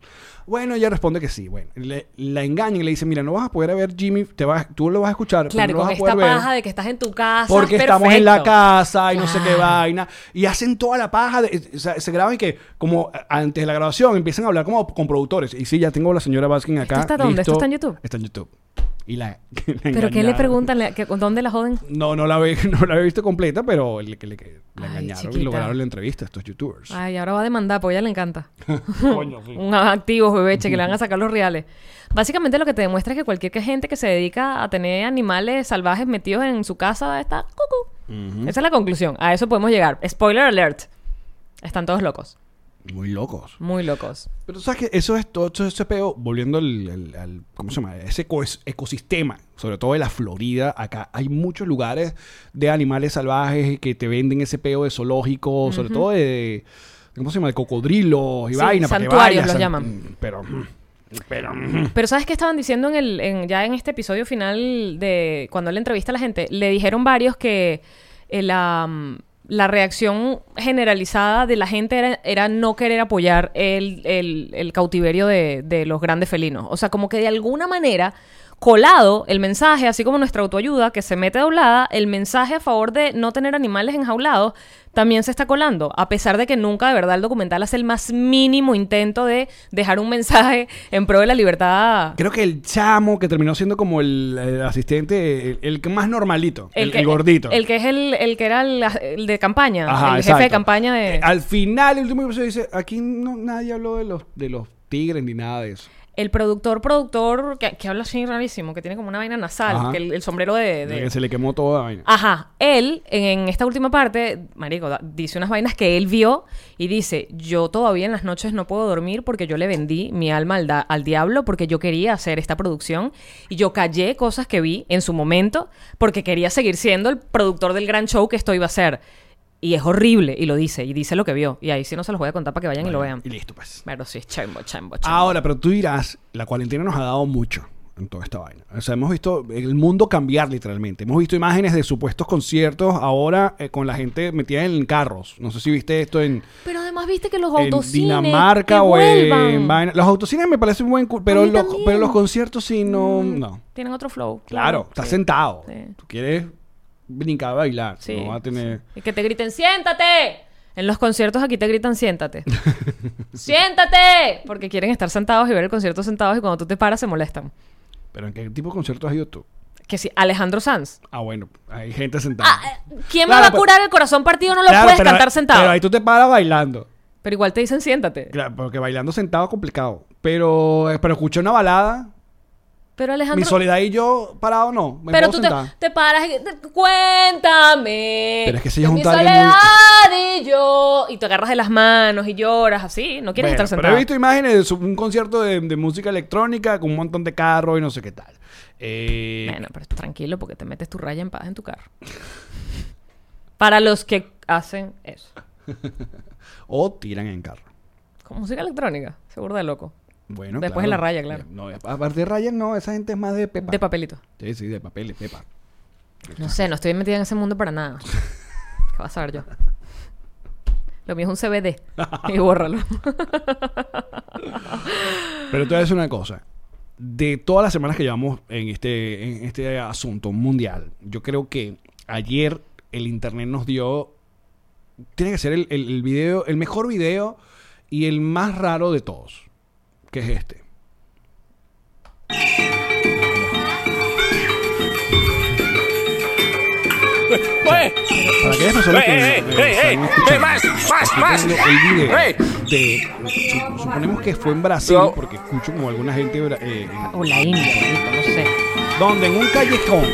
Bueno, ella responde que sí. Bueno, le- la engaña y le dice, mira, no vas a poder ver Jimmy, te vas, tú lo vas a escuchar,
Claro,
pero no
con
vas a
esta
poder ver
paja de que estás en tu casa.
porque
es
estamos en la
perfecto.
casa y no sé qué
Claro.
vaina. Y hacen toda la paja. de- o sea, se graban y que, como antes de la grabación, empiezan a hablar como con productores. Y sí, ya tengo a la señora Baskin acá.
está dónde? ¿Esto está en YouTube?
Está en YouTube. Y la. [LAUGHS]
¿Pero qué le
preguntan?
preguntan? ¿Le- que- con ¿Dónde la joden?
No, no la, ve, [LAUGHS] no la había visto completa, pero le, que le- que la
Ay,
engañaron y
chiquita.
lograron la entrevista a estos youtubers.
Ay, ahora va a demandar, porque a ella le encanta. [LAUGHS] Un activo, bebeche, que le van a sacar los reales. Básicamente lo que te demuestra es que cualquier que- gente que se dedica a tener animales salvajes metidos en su casa está cucú.
Mm.
Esa es la conclusión. A eso podemos llegar. Spoiler alert. Están todos locos.
Muy locos.
Muy locos.
Pero tú sabes que eso es todo, todo ese peo, volviendo al, al- al- ¿cómo se llama? Ese eco- ecosistema, sobre todo de la Florida, acá hay muchos lugares de animales salvajes que te venden ese peo de zoológico, sobre todo de, ¿cómo se llama? De cocodrilos y
Sí,
vaina. para que
santuarios
vayas,
los
san-
llaman.
Pero, pero,
Pero ¿sabes qué estaban diciendo en el, en- ya en este episodio final de cuando él entrevista a la gente? Le dijeron varios que eh, la, mm, la reacción generalizada de la gente era, era no querer apoyar el, el- el cautiverio de, de los grandes felinos. O sea, como que de alguna manera colado el mensaje, así como nuestra autoayuda que se mete doblada, el mensaje a favor de no tener animales enjaulados también se está colando, a pesar de que nunca de verdad el documental hace el más mínimo intento de dejar un mensaje en pro de la libertad.
creo que el chamo que terminó siendo como el, el asistente, el- el que más normalito, el,
que-
el gordito.
El que es el, el que era el, el de campaña, el jefe de
exacto.
campaña de...
Eh, Al final, el último episodio dice, aquí no, nadie habló de los, de los tigres ni nada de eso.
El productor, productor, que, que habla así rarísimo, que tiene como una vaina nasal,
Ajá.
que el, el sombrero de... de- Ah,
De que se le quemó toda la vaina.
Ajá, él en esta última parte, Marico, da- dice unas vainas que él vio y dice, yo todavía en las noches no puedo dormir porque yo le vendí mi alma al, da- al diablo porque yo quería hacer esta producción y yo callé cosas que vi en su momento porque quería seguir siendo el productor del gran show que esto iba a ser. Y es horrible, y lo dice, y dice lo que vio. Y ahí sí no se los voy a contar para que vayan y lo vean.
Y Ah, listo, pues.
Pero sí, chambo, chambo, chambo.
Ahora, pero tú dirás, la cuarentena nos ha dado mucho en toda esta vaina. O sea, hemos visto el mundo cambiar literalmente. Hemos visto imágenes de supuestos conciertos ahora eh, con la gente metida en carros. No sé si viste esto en,
Pero además viste que los
en
autocines que
Dinamarca o en
vuelvan.
vaina. Los autocines me parece un buen... cu- Pero
mí
los,
también.
pero los conciertos sí no... No.
Tienen otro flow.
Claro, estás
sí.
sentado.
Sí.
Tú quieres brincar, bailar.
Sí,
No va a tener...
sí. Y que te griten, siéntate. En los conciertos aquí te gritan,
[LAUGHS]
siéntate. siéntate. Porque quieren estar sentados y ver el concierto sentados y cuando tú te paras se molestan.
Pero ¿en qué tipo de conciertos has ido tú?
Que si Alejandro Sanz.
Ah, bueno, hay gente sentada.
Ah, ¿Quién
Claro,
me va a
pero-
curar el corazón partido? No lo
Claro,
puedes
pero-
cantar sentado.
Pero
Pero,
ahí tú te paras bailando.
igual te dicen, siéntate.
Claro, porque bailando sentado es complicado. Pero, eh, pero escuché una balada.
Pero
Mi
Alejandro...
soledad y yo parado no. Me
pero
puedo
tú te,
sentar.
te paras y te- cuéntame.
Pero es que si ella es
mi
un target muy-
soledad y yo. Y te agarras de las manos y lloras así. No quieres
Bueno,
estar
Pero
sentado.
he visto imágenes de su- un concierto de, de música electrónica con un montón de carros y no sé qué tal. Eh,
Bueno, pero tranquilo porque te metes tu raya en paz en tu carro.
[LAUGHS]
Para los que hacen eso.
O tiran en carro.
Con música electrónica, seguro de loco.
Bueno,
Después de la raya, claro.
No, aparte de rayas, no, esa gente es más de pepa.
De papelito.
Sí, sí, de papeles, pepa.
No sé, no estoy metida en ese mundo para
[LAUGHS]
nada. ¿Qué vas a ver yo? Lo mío es un CBD.
[LAUGHS]
Y bórralo.
Pero te voy a decir una cosa. De todas las semanas que llevamos en este, en este asunto mundial, yo creo que ayer el internet nos dio. Tiene que ser el, el- el video, el mejor video y el más raro de todos. Que es este.
¡Ey!
Para aquellas personas que.
¡Ey,
eh,
ey, ey, ey!
están escuchando,
¡Ey, más, más, más!
tengo el video
¡Ey!
de- su- suponemos que fue en Brasil,
No.
porque escucho como alguna gente bra- eh, en-
O la India, marico, no sé.
donde en un callejón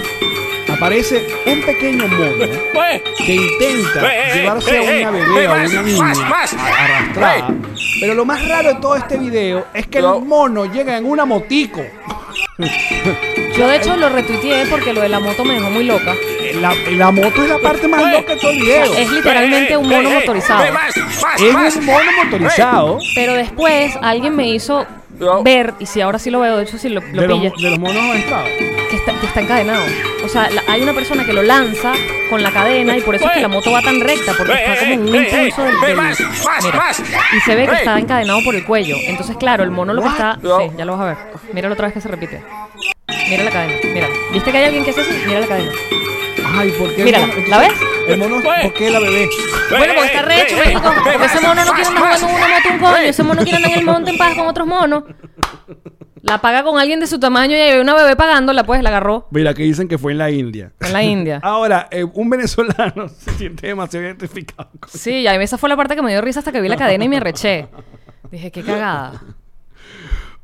aparece un pequeño mono.
¡Ey!
que intenta
¡Eh, eh,
llevarse
eh,
a una
eh,
bebé
eh,
o a
más,
una niña
más, más!
arrastrada. Pero lo más raro de todo este video es que
No.
el mono llega en una motico.
Yo, de hecho, lo retuiteé porque lo de la moto me dejó muy loca.
La, la moto es la parte más loca de todo el video.
Es literalmente un mono motorizado.
¡Ey, más, más,
Es
más!
un mono motorizado
Pero después alguien me hizo
No.
ver, y si ahora sí lo veo, de hecho, si lo, lo
de los,
pilla,
de los monos adestrados.
que está, que está encadenado. O sea, la- hay una persona que lo lanza con la cadena y por eso es que la moto va tan recta, porque
Ey,
está
ey,
como un
ey, ey,
impulso del.
ey,
del-
más, más,
mira,
más.
y se ve que
Ey.
está encadenado por el cuello. Entonces, claro, el mono lo que
What?
está.
No.
Sí, ya lo vas a ver. Míralo otra vez que se repite. Mira la cadena, mira. ¿Viste que hay alguien que hace así? Mira la cadena.
Ay, ¿por qué? el
Mírala,
mono-
¿la ves?
El mono, ¿por qué la bebé?
Bueno, porque está recho, marico. Porque ese mono no quiere andar jugando en una moto un coño. Ese mono quiere andar en el monte en paz con otros monos. La paga con alguien de su tamaño y hay una bebé pagándola, pues la agarró
Mira, que dicen que fue en la India.
en la India.
Ahora, eh, un venezolano [LAUGHS] se siente demasiado identificado. con-
Sí, y a mí esa fue la parte que me dio risa hasta que vi la cadena y me arreché. Dije, qué cagada.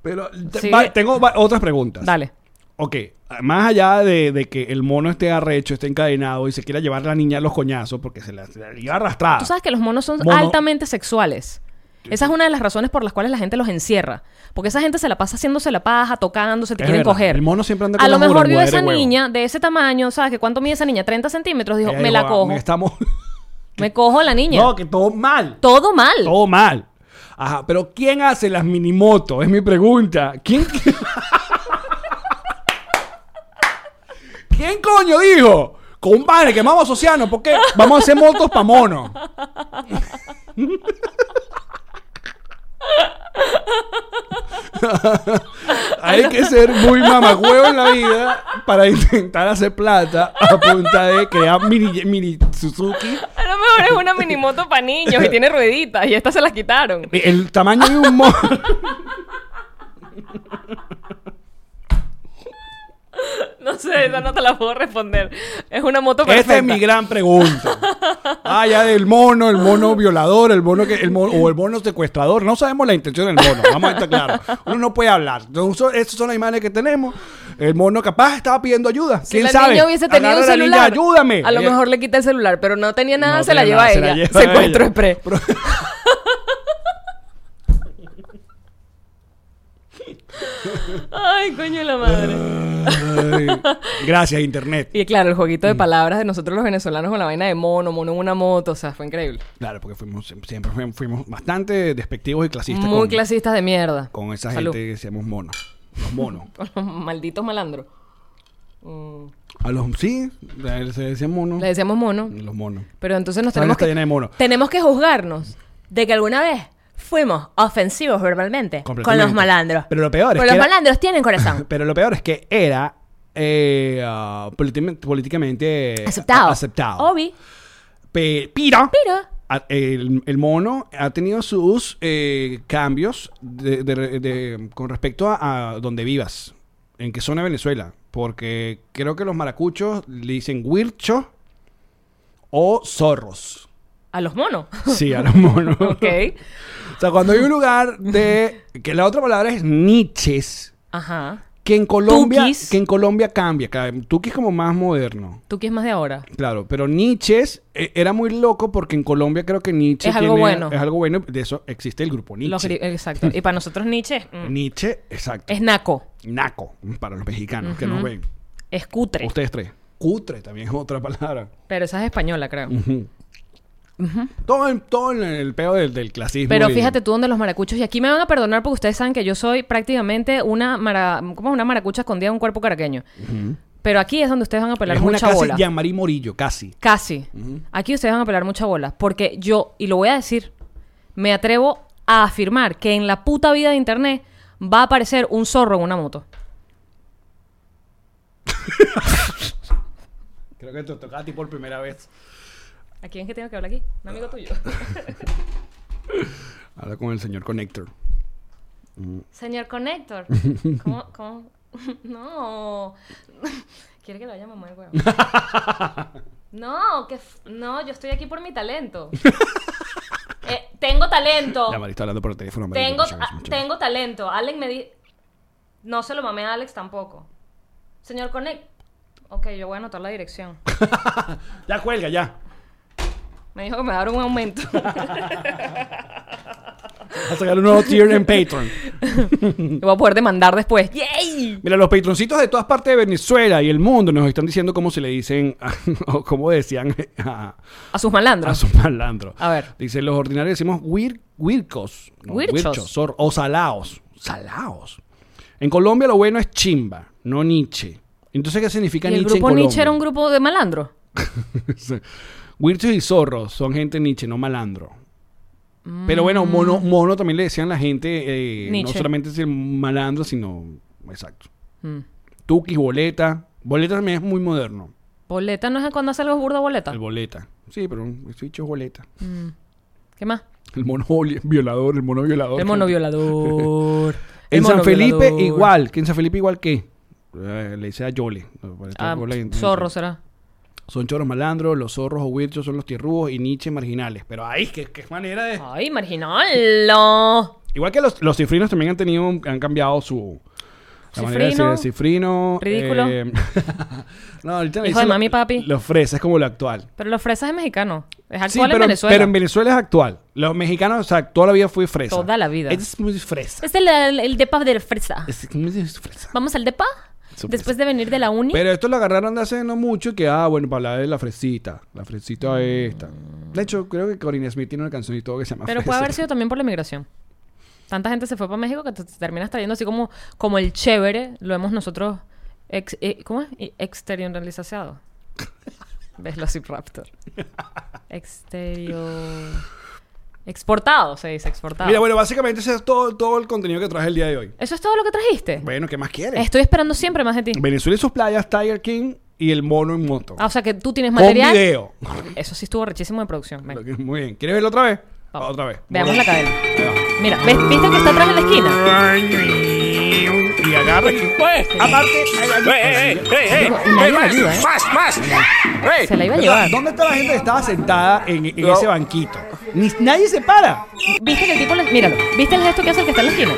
Pero te-
Sí.
va- tengo va- otras preguntas.
Dale.
Ok, más allá de, de que el mono esté arrecho, esté encadenado y se quiera llevar la niña a los coñazos porque se la, se la lleva arrastrada.
Tú sabes que los monos son
Mono.
altamente sexuales. Esa es una de las razones por las cuales la gente los encierra. Porque esa gente se la pasa haciéndose la paja, tocándose, te
Es
quieren
verdad,
coger.
el mono siempre anda
A
con
lo
las
mejor vio a
oranguaderas
esa
de huevo.
niña de ese tamaño, ¿sabes? que ¿Cuánto mide esa niña? 30 centímetros. Dijo,
Ella
me
dijo,
la
"Ah,
cojo.
me estamos...
Me cojo a la niña.
[LAUGHS] no, Oh. que todo mal.
Todo mal.
Todo mal. Ajá, pero ¿quién hace las minimotos? Es mi pregunta. ¿Quién? [LAUGHS] ¿Quién coño dijo? Compadre, quemamos océanos, ¿por qué? Vamos a hacer motos pa' mono. [LAUGHS] Hay que ser muy mamagüeo en la vida para intentar hacer plata a punta de crear mini, mini Suzuki.
A lo mejor es una minimoto para niños y tiene rueditas y estas se las quitaron.
El tamaño de un mono.
No sé, esa no te la puedo responder. Es una moto
Esta es mi gran pregunta. Ah, ya del mono, el mono violador, el mono que, el mono- o el mono secuestrador. No sabemos la intención del mono, vamos a estar claros. Uno no puede hablar. No, so- Esas son las imágenes que tenemos. El mono capaz estaba pidiendo ayuda.
Si
¿Quién
la
sabe?
niña hubiese tenido un
Agarra a la niña,
celular,
ayúdame.
a lo
Ella-
mejor le quita el celular, pero no tenía nada,
No
se la
tiene
lleva
nada,
a
se la
ella. [LAUGHS]
lleva a
Secuestro
ella.
express.
Pero-
Ay, coño de la madre.
Ay, gracias, internet.
Y claro, el jueguito de palabras de nosotros los venezolanos con la vaina de mono, mono en una moto, o sea, fue increíble.
Claro, porque fuimos, siempre fuimos, fuimos bastante despectivos y clasistas
Muy
con,
clasistas de mierda.
con esa
Salud.
gente que decíamos monos. Los monos.
[LAUGHS] Con los malditos malandros. Mm,
A los sí, se decían monos.
Le decíamos mono,
Los monos.
pero entonces nos
Esta Mm. vaina
tenemos
está
que
llena de monos.
Tenemos que juzgarnos de que alguna vez fuimos ofensivos verbalmente con
Completamente.
los malandros.
Pero lo peor es
Pero
que
los
era-
malandros
[LAUGHS]
tienen corazón.
Pero lo peor es que era eh, ah, politi- políticamente
aceptado.
a- aceptado.
Obi,
Pe- pero
pero
a- el, el mono ha tenido sus eh, cambios de- de- de- con respecto a, a donde vivas, en qué zona de Venezuela. Porque creo que los maracuchos le dicen huircho o zorros.
a los monos.
Sí, a los monos. [LAUGHS]
ok.
O sea, cuando hay un lugar de... que la otra palabra es niches.
Ajá.
Que en Colombia,
Tukis.
que en Colombia cambia. Tuki es como más moderno.
Tú que es más de ahora.
Claro, pero Nietzsche era muy loco porque en Colombia creo que Nietzsche
Es algo
tiene-
bueno.
Es algo bueno. De eso existe el grupo Nietzsche.
Los gri- exacto. Y para nosotros Nietzsche mm,
Nietzsche, exacto.
es naco,
Naco, mm, para los mexicanos que
Ujú.
nos ven.
es cutre.
Ustedes tres. Cutre también es otra palabra.
Pero esa es española, creo.
Ujú. Todo, en, todo en el peo del, del clasismo.
Pero
y-
fíjate tú donde los maracuchos, y aquí me van a perdonar porque ustedes saben que yo soy prácticamente una, mara, ¿cómo es? una maracucha escondida en un cuerpo caraqueño. Pero aquí es donde ustedes van a pelar
es una
mucha
casi
bola.
Jean-Marie Morillo, casi.
Casi. Aquí ustedes van a pelar mucha bola. Porque yo, y lo voy a decir, me atrevo a afirmar que en la puta vida de internet va a aparecer un zorro en una moto.
Creo que te tocaba a ti por primera vez.
¿A quién es que tengo que hablar aquí? Un amigo tuyo.
Habla con el señor Connector. [LAUGHS]
Señor Connector. ¿Cómo? ¿Cómo? [LAUGHS] No. [LAUGHS] ¿Quiere que lo vaya a mamar el
[LAUGHS]
huevo? No, que f- no, yo estoy aquí por mi talento. [LAUGHS] Eh, tengo talento.
La Mari está hablando por el teléfono. Mari,
Tengo,
muchas gracias,
ah,
muchas gracias.
tengo talento. Alex me di... No se lo mamé a Alex tampoco. Señor Connect. Ok, yo voy a anotar la dirección.
Ya cuelga, ya.
Me dijo que me va a dar un
[LAUGHS]
aumento.
Va a sacar un nuevo tier en Patreon.
Lo voy a poder demandar después. ¡Yay!
Mira, los patroncitos de todas partes de Venezuela y el mundo nos están diciendo cómo se le dicen, [LAUGHS] o cómo decían a,
A sus malandros.
a sus malandros.
A ver.
Dice, los ordinarios decimos wir- wircos. no,
Wirchos.
or- o salaos. Salaos. En Colombia lo bueno es chimba, no Nietzsche. Entonces, ¿qué significa
Y el
Nietzsche
grupo
en Colombia?
Nietzsche
[LAUGHS]
era un grupo de malandros.
Wirchos y zorros son gente Nietzsche, no malandro. Pero bueno, mono, mono también le decían la gente, eh, no
Mm. Nietzsche.
solamente es el malandro, sino... Exacto.
Hmm.
Tuki, boleta. Boleta también es muy moderno.
Boleta no es cuando hace algo burdo boleta.
El boleta. Sí, pero el dicho es boleta. [LAUGHS]
¿Qué más?
El mono boli- violador, el mono violador.
El
[LAUGHS]
mono violador. El
En
mono
San Felipe
violador.
igual. Que en San Felipe igual que... Eh, le dice a Yole.
Ah, zorro será.
Son choros malandros, los zorros o huirchos son los tierrúos y Nietzsche marginales. Pero ahí, qué, qué manera de...
Ay, marginal.
Igual que los, los cifrinos también han tenido, un- han cambiado su... La manera de decir el cifrino.
Cifrino. Ridículo.
eh, [LAUGHS] no, ahorita le
Hijo de
dicen lo-
mami, papi.
Los fresas, es como lo actual.
Pero los fresas es mexicano. Es actual
Sí,
en
pero,
Venezuela.
pero en Venezuela es actual. Los mexicanos, o sea, toda la vida fue fresa.
Toda la vida.
Es muy fresa.
Este es el, el depa de fresa.
Es muy fresa.
Vamos al depa.
Eso
Después de venir de la uni.
Pero esto lo agarraron de hace no mucho que, ah, bueno, para hablar de la fresita. La fresita esta. De hecho, creo que Corinne Smith tiene una canción y todo que se llama [LAUGHS]
Pero
Fresa.
puede haber sido también por la inmigración. Tanta gente se fue para México que te, te terminas trayendo así como, como el chévere, lo hemos nosotros ex- eh, ¿cómo es? I-
[LAUGHS]
exteriorizado. Velociraptor. Exterior. Exportado, se dice, exportado.
Mira, bueno, básicamente ese es todo, todo el contenido que traje el día de hoy.
Eso es todo lo que trajiste.
Bueno, ¿qué más quieres?
Estoy esperando siempre más de ti.
Venezuela y sus playas, Tiger King y el mono en moto.
Ah, o sea que tú tienes
Con
material.
video. [LAUGHS]
Eso sí estuvo rechísimo de producción. Ven,
Lo que- Muy bien. ¿Quieres verlo otra vez?
vamos.
Otra vez.
Veamos
Muy
la
bien.
cadena. Mira, ¿ves- ¿viste que está atrás en la esquina?
Y agarra aquí.
Pues. eh,
Aparte,
Hey, hey, hey, hey.
Nadie me ayuda, ¿eh?
Más, más. Hey.
Se la iba a llevar.
¿Dónde está la gente que estaba sentada en, en ese banquito? Ni- nadie se para.
¿Viste que el tipo le... Míralo. ¿Viste el gesto que hace el que está en la esquina?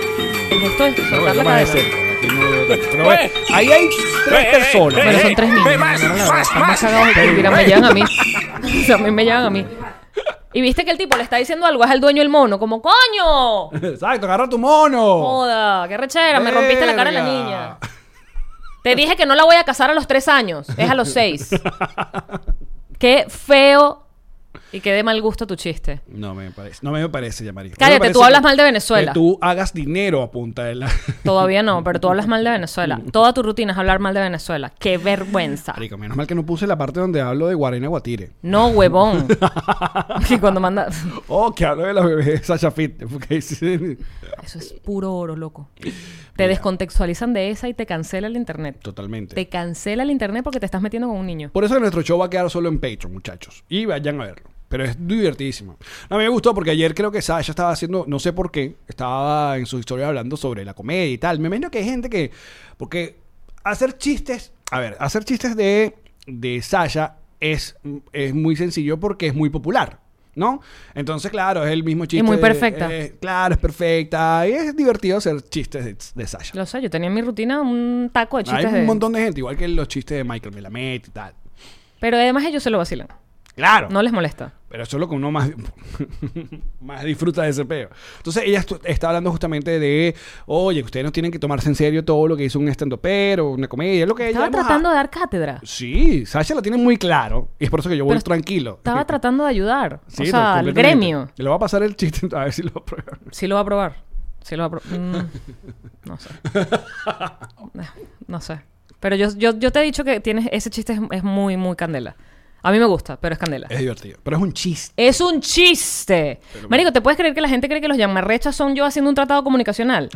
El gesto es soltar la cadena.
Pero eh, bueno, Ahí hay tres
Pero
personas.
son tres niños.
eh, Ve más,
no, no, la
más,
verdad, están más
más.
cagados que dirán, me llevan a mí. [LAUGHS] También me llevan a mí. Y viste que el tipo le está diciendo algo, es el dueño del mono, como coño.
Exacto, agarra tu mono.
Joda, qué rechera, me rompiste la cara a la
Verga.
niña. Te dije que no la voy a casar a los tres años, es a los seis. Qué feo y qué de mal gusto tu chiste.
[LAUGHS] No me parece, no me parece, ya María.
Cállate,
No me
tú
parece
hablas
que-
mal de Venezuela.
Que tú hagas dinero a punta [LAUGHS] de la.
Todavía no, pero tú hablas mal de Venezuela. Toda tu rutina es hablar mal de Venezuela. Qué vergüenza.
Marico, menos mal que no puse la parte donde hablo de Guarena Guatire.
No, huevón. y cuando manda...
Oh, que hablo de la bebé de Sasha Fit. porque sí. [LAUGHS]
Eso es puro oro, loco. Te descontextualizan de esa y te cancela el internet.
Totalmente.
Te cancela el internet porque te estás metiendo con un niño.
Por eso nuestro show va a quedar solo en Patreon, muchachos. Y vayan a verlo. Pero es divertidísimo. A mí me gustó porque ayer creo que Sasha estaba haciendo, no sé por qué, estaba en su historia hablando sobre la comedia y tal. Me imagino que hay gente que. Porque hacer chistes. A ver, hacer chistes de, de Sasha es, es muy sencillo porque es muy popular. ¿no? Entonces, claro, es el mismo chiste.
muy
de-
perfecta.
eh, claro, es perfecta. Y es divertido hacer chistes de, de Sasha.
Lo sé, yo tenía en mi rutina un taco de
Hay
chistes de-
un montón de gente, igual que los chistes de Michael Melamed y tal.
Pero además ellos se lo vacilan.
Claro.
No les molesta.
Pero eso es lo que uno más, [LAUGHS] más disfruta de ese peo. Entonces ella estu- está hablando justamente de, oye, que ustedes no tienen que tomarse en serio todo lo que hizo un estando pero una comedia, es lo que
Estaba
ella... hemos
tratando
ha-
de dar cátedra.
Sí, Sasha lo tiene muy claro. Y es por eso que yo voy
Pero
tranquilo. [LAUGHS]
Estaba tratando de ayudar.
Sí,
o
no,
sea, al
completamente.
gremio.
Le va a pasar el chiste, [LAUGHS] a ver si lo prueba.
Sí lo va a probar. Sí lo va a probar.
[LAUGHS]
no sé. Eh, No sé. Pero yo, yo, yo te he dicho que tienes ese chiste es, es muy, muy candela. A mí me gusta, pero es candela.
Es divertido. Pero es un chiste.
Es un chiste. Marico, ¿te puedes creer que la gente cree que los llamarrechas son yo haciendo un
[LAUGHS]
tratado comunicacional?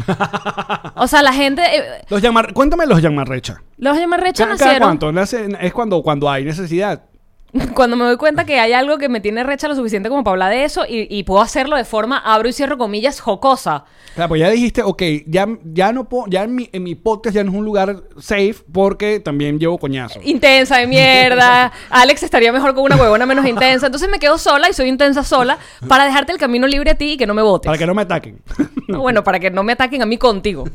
o sea, la gente... eh,
Los llamar, cuéntame los llamarrecha.
los llamarrechas
¿Cada, cada
nacieron
cuánto? Nace- Es cuando, cuando hay necesidad.
[LAUGHS] cuando me doy cuenta que hay algo que me tiene recha lo suficiente como para hablar de eso y, y puedo hacerlo de forma, abro y cierro comillas, jocosa.
Claro, pues ya dijiste, ok, ya, ya no puedo, ya en mi, en mi podcast ya no es un lugar safe porque también llevo coñazo.
intensa de
[LAUGHS]
mierda. Alex estaría mejor con una huevona menos intensa. Entonces me quedo sola y soy intensa sola para dejarte el camino libre a ti y que no me votes.
Para que no me ataquen. [LAUGHS]
Bueno, para que no me ataquen a mí contigo.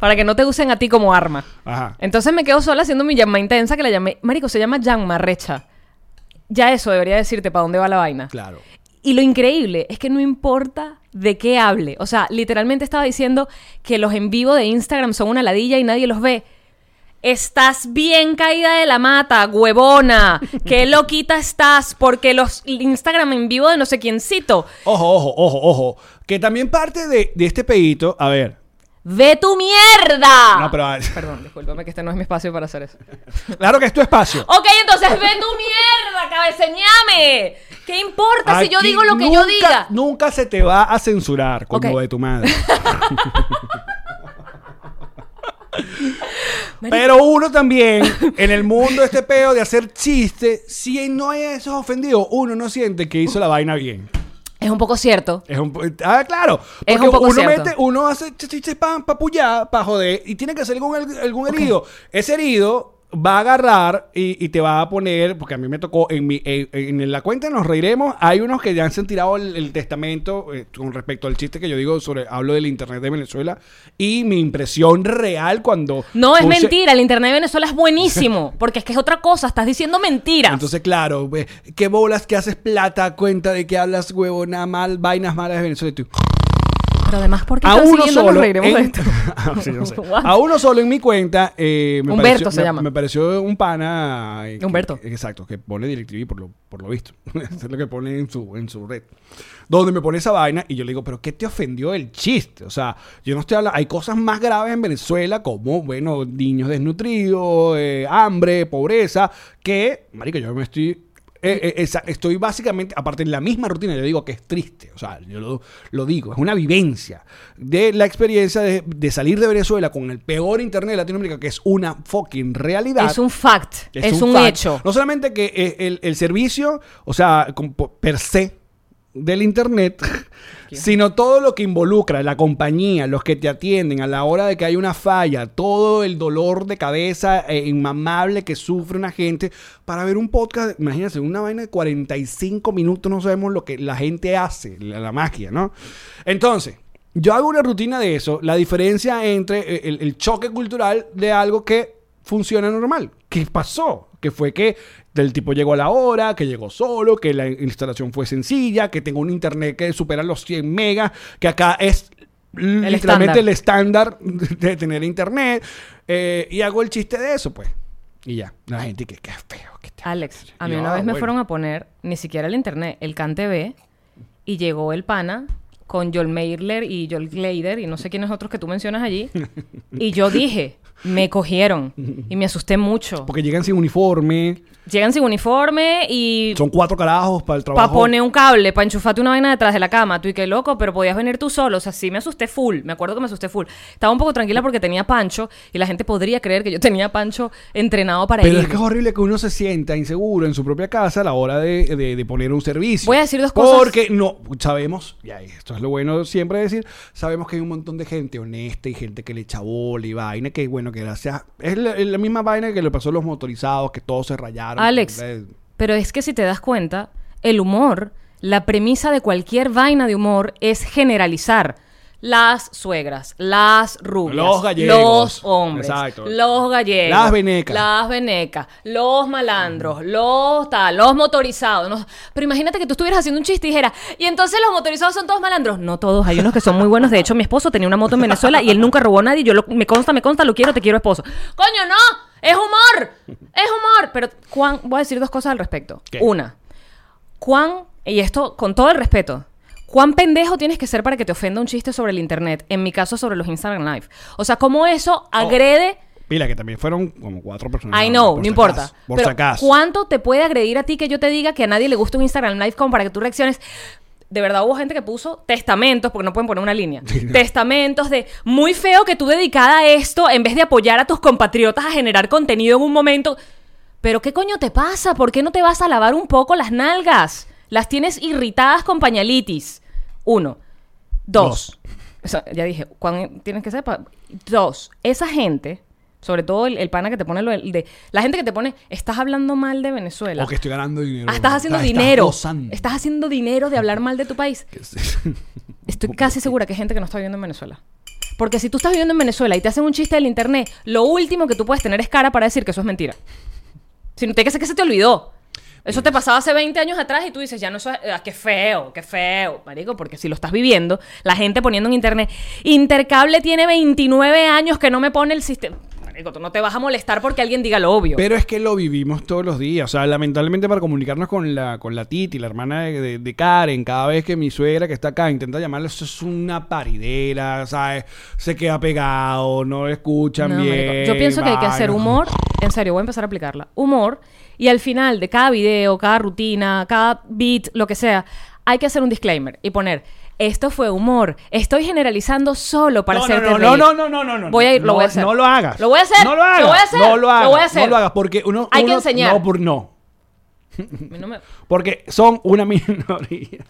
Para que no te usen a ti como arma.
Ajá.
Entonces me quedo sola haciendo mi llama intensa que la llamé. Marico, se llama llama recha. Ya eso debería decirte para dónde va la vaina.
Claro.
Y lo increíble es que no importa de qué hable. O sea, literalmente estaba diciendo que los en vivo de Instagram son una ladilla y nadie los ve. Estás bien caída de la mata, huevona.
[LAUGHS]
Qué loquita estás porque los Instagram en vivo de no sé quiéncito.
Ojo, ojo, ojo, ojo. Que también parte de, de este pedito, a ver.
¡Ve tu mierda!
No, pero. ah,
Perdón, discúlpame que este no es mi espacio para hacer eso.
Claro que es tu
[LAUGHS]
espacio.
Ok, entonces ve tu mierda, cabeceñame. ¿Qué importa si yo
Aquí
digo lo que yo
nunca-
diga?
Nunca se te va a censurar como
Ok.
de tu
[LAUGHS]
madre.
Marico.
Pero uno también, en el mundo este peo de hacer chistes, si no es ofendido, uno no siente que hizo la vaina bien.
Es un poco cierto.
Es un, po- ah, claro. Porque
Es un poco
uno
cierto.
mete, uno hace ch- chistes para pa pullar, para joder, y tiene que hacer algún, algún herido. Ese herido va a agarrar y, y te va a poner, porque a mí me tocó, en, mi, en, en la cuenta nos reiremos, hay unos que ya han tirado el, el testamento eh, con respecto al chiste que yo digo sobre, hablo del internet de Venezuela y mi impresión real cuando...
No, es
puse-
mentira. El internet de Venezuela es buenísimo. Porque es que es otra cosa. Estás diciendo mentiras.
Entonces, claro, ve, qué bolas que haces plata, cuenta de que hablas huevona mal, vainas malas de Venezuela. Y tú,
Pero además, porque
a uno
nos
solo
reiremos de
en- [LAUGHS] Ah,
esto.
Sí, no sé.
[LAUGHS] What?
a uno solo en mi cuenta eh, me
Humberto
pareció-
se
me-
llama.
me pareció un pana eh, que-
Humberto.
que- exacto que pone DirecTV por lo, por lo visto [LAUGHS] Eso es lo que pone en su en su red donde me pone esa vaina y yo le digo pero qué te ofendió el chiste o sea yo no estoy hablando hay cosas más graves en Venezuela como bueno niños desnutridos eh, hambre pobreza que marico yo me estoy eh, eh, esa- estoy básicamente, aparte en la misma rutina, yo digo que es triste, o sea, yo lo, lo digo, es una vivencia de la experiencia de, de salir de Venezuela con el peor internet de Latinoamérica, que es una fucking realidad.
Es un fact. Es, un,
fact.
hecho.
No solamente que eh, el, el servicio, o sea, con- po- per se del
[LAUGHS]
internet, sino todo lo que involucra la compañía, los que te atienden a la hora de que hay una falla, todo el dolor de cabeza eh, inmamable que sufre una gente para ver un podcast, imagínense, una vaina de 45 minutos, no sabemos lo que la gente hace, la, la magia, ¿no? Entonces, yo hago una rutina de eso, la diferencia entre eh, el- el choque cultural de algo que funciona normal. ¿Qué pasó? Que fue que el tipo llegó a la hora, que llegó solo, que la instalación fue sencilla, que tengo un internet que supera los 100 megas, que acá es literalmente
estándar.
el estándar de tener internet. eh, y hago el chiste de eso, pues. Y ya, la gente que qué feo. Que te...
Alex, a mí
Y yo,
una
ah,
vez me
bueno.
fueron a poner ni siquiera el internet, el CAN TV, y llegó el pana con Joel Meiler y Joel Glader y no sé quiénes otros que tú mencionas allí.
[LAUGHS]
y yo dije, me cogieron y me asusté mucho.
Porque llegan sin uniforme,
Llegan sin uniforme y
son cuatro carajos para el trabajo.
Para poner un cable, para enchufarte una vaina detrás de la cama. Tú y qué loco, pero podías venir tú solo. O sea, sí me asusté full. Me acuerdo que me asusté full. Estaba un poco tranquila porque tenía Pancho y la gente podría creer que yo tenía a Pancho entrenado para
Pero
ir.
es que es horrible que uno se sienta inseguro en su propia casa a la hora de, de- de poner un servicio.
Voy a decir dos cosas.
Porque no, sabemos, y ahí esto es lo bueno siempre de decir, sabemos que hay un montón de gente honesta y gente que le echa bola y vaina, que bueno, que gracias. Es la, es la misma vaina que le pasó a los motorizados, que todos se rayaron.
Alex,
Eh,
pero es que si te das cuenta, el humor La premisa de cualquier vaina de humor es generalizar. Las suegras, las rubias,
Los gallegos.
los hombres,
Exacto.
los gallegos,
Las venecas.
las venecas, los malandros, los tal, los motorizados. no- Pero imagínate que tú estuvieras haciendo un chiste y dijeras, y entonces los motorizados son todos malandros. No todos, hay unos que son muy buenos. De hecho, mi esposo tenía una moto en Venezuela y él nunca robó a nadie. Yo lo- me consta, me consta, lo quiero, te quiero esposo. Coño, no, es humor, es humor. Pero Juan, voy a decir dos cosas al respecto.
¿Qué?
Una, cuán, y esto con todo el respeto, cuán pendejo tienes que ser para que te ofenda un chiste sobre el internet, en mi caso sobre los Instagram Live. O sea, cómo eso agrede...
Mira, que también fueron como cuatro personas.
I know, no
si
importa.
acaso, por
pero
si acaso.
¿Cuánto te puede agredir a ti que yo te diga que a nadie le gusta un Instagram Live como para que tú reacciones? De verdad hubo gente que puso testamentos, porque no pueden poner una línea. [LAUGHS] Testamentos de muy feo que tú dedicada a esto en vez de apoyar a tus compatriotas a generar contenido en un momento. Pero ¿qué coño te pasa? ¿Por qué no te vas a lavar un poco las nalgas? Las tienes irritadas con pañalitis. Uno. Dos. O sea, ya dije, ¿cuán e-? tienes que ser? pa- Dos. Esa gente, sobre todo el, el pana que te pone lo del- de, La gente que te pone, estás hablando mal de Venezuela.
O que estoy ganando dinero.
Ah, estás haciendo
Estás-
dinero.
Estás gozando.
Estás haciendo dinero de hablar mal de tu país. Estoy casi segura que hay gente que no está viviendo en Venezuela. Porque si tú estás viviendo en Venezuela y te hacen un chiste del internet, lo último que tú puedes tener es cara para decir que eso es mentira. Si no te que ser que se te olvidó. Eso te pasaba hace 20 años atrás y tú dices, ya no eso es, ah, qué feo, qué feo, marico, porque si lo estás viviendo, la gente poniendo en internet, Intercable tiene 29 años que no me pone el sistema. Marico, tú no te vas a molestar porque alguien diga lo obvio.
Pero es que lo vivimos todos los días. O sea, lamentablemente para comunicarnos con la, con la Titi, la hermana de, de- de Karen, cada vez que mi suegra que está acá intenta llamarle, eso es una paridera, ¿sabes? Se queda pegado, no lo escuchan
No, marico.
bien.
Yo pienso que hay que hacer
vaina.
humor, en serio, voy a empezar a aplicarla. Humor, y al final de cada video, cada rutina, cada beat, lo que sea, hay que hacer un disclaimer y poner. Esto fue humor. Estoy generalizando solo para
No,
hacerte
no, no,
reír".
no, no, no, no, no.
Voy a ir, lo
No,
voy a hacer.
No lo hagas.
Lo voy a hacer.
No lo hagas.
Lo voy a hacer.
No lo hagas.
Lo voy a hacer.
No lo hagas porque uno.
Hay que
uno-
enseñar.
No, por, no.
A mí no me-
Porque son una [LAUGHS] minoría.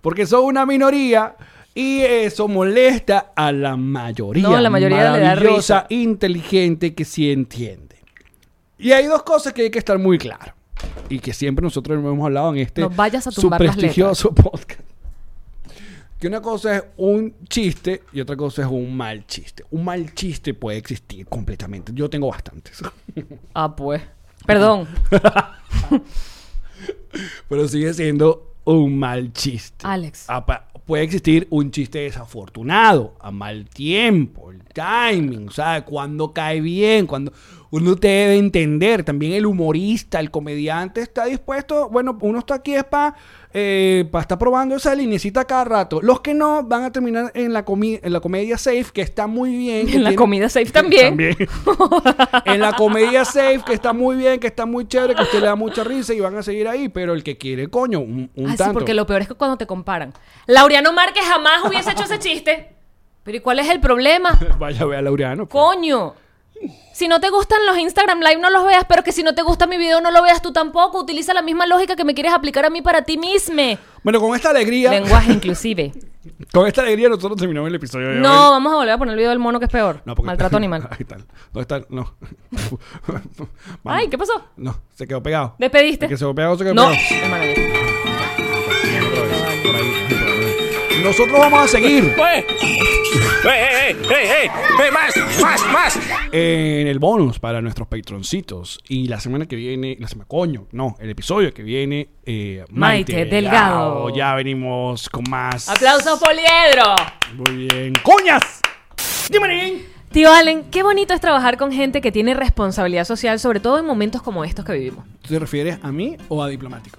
Porque son una minoría y eso molesta a la mayoría.
No, la mayoría le da
maravillosa,
risa.
inteligente que sí entiende. Y hay dos cosas que hay que estar muy claro y que siempre nosotros hemos hablado en este
No vayas a tumbar las
prestigioso podcast. Que una cosa es un chiste y otra cosa es un mal chiste. Un mal chiste puede existir completamente. Yo tengo bastantes.
Ah, pues. Perdón.
Pero sigue siendo un mal chiste.
Alex.
Apa- puede existir un chiste desafortunado, a mal tiempo, el timing, ¿sabes? Cuando cae bien, cuando uno te debe entender. También el humorista, el comediante está dispuesto. Bueno, uno está aquí es para estar probando esa linecita cada rato. Los que no van a terminar en la, comi- en la comedia safe, que está muy bien. que
En la
tiene-
comida safe también.
[LAUGHS] en la comedia safe, que está muy bien, que está muy chévere, que a usted le da mucha risa y van a seguir ahí, pero el que quiere, coño, un, un
Ah, sí,
tanto.
porque lo peor es que cuando te comparan. Laureano Márquez jamás hubiese hecho ese chiste. Pero ¿y cuál es el problema?
[LAUGHS] Vaya a ver a Laureano. pues.
Coño. Si no te gustan los Instagram Live, no los veas, pero que si no te gusta mi video, no lo veas tú tampoco. Utiliza la misma lógica que me quieres aplicar a mí para ti mismo.
Bueno, con esta alegría, [LAUGHS]
Lenguaje inclusive.
con esta alegría nosotros terminamos el episodio de
No,
hoy.
vamos a volver a poner el video del mono que es peor.
porque- [LAUGHS]
Maltrato animal.
Ahí está. ¿Dónde está? No. [LAUGHS] Vamos.
Ay, ¿qué pasó?
No, se quedó pegado.
¿Despediste?
El que se quedó pegado, se quedó
No.
pegado.
Hermano, ya.
Por ahí, por ahí. Nosotros vamos a seguir
Hey, hey, hey, hey, hey, hey, más, más, más.
en el bonus para nuestros patroncitos. Y la semana que viene, la semana coño, no, el episodio que viene, eh,
Maite Delgado.
Ya venimos con más.
Aplausos, Poliedro.
Muy bien. ¡Coñas!
Tío Allen, qué bonito es trabajar con gente que tiene responsabilidad social, sobre todo en momentos como estos que vivimos.
¿Tú te refieres a mí o a diplomático?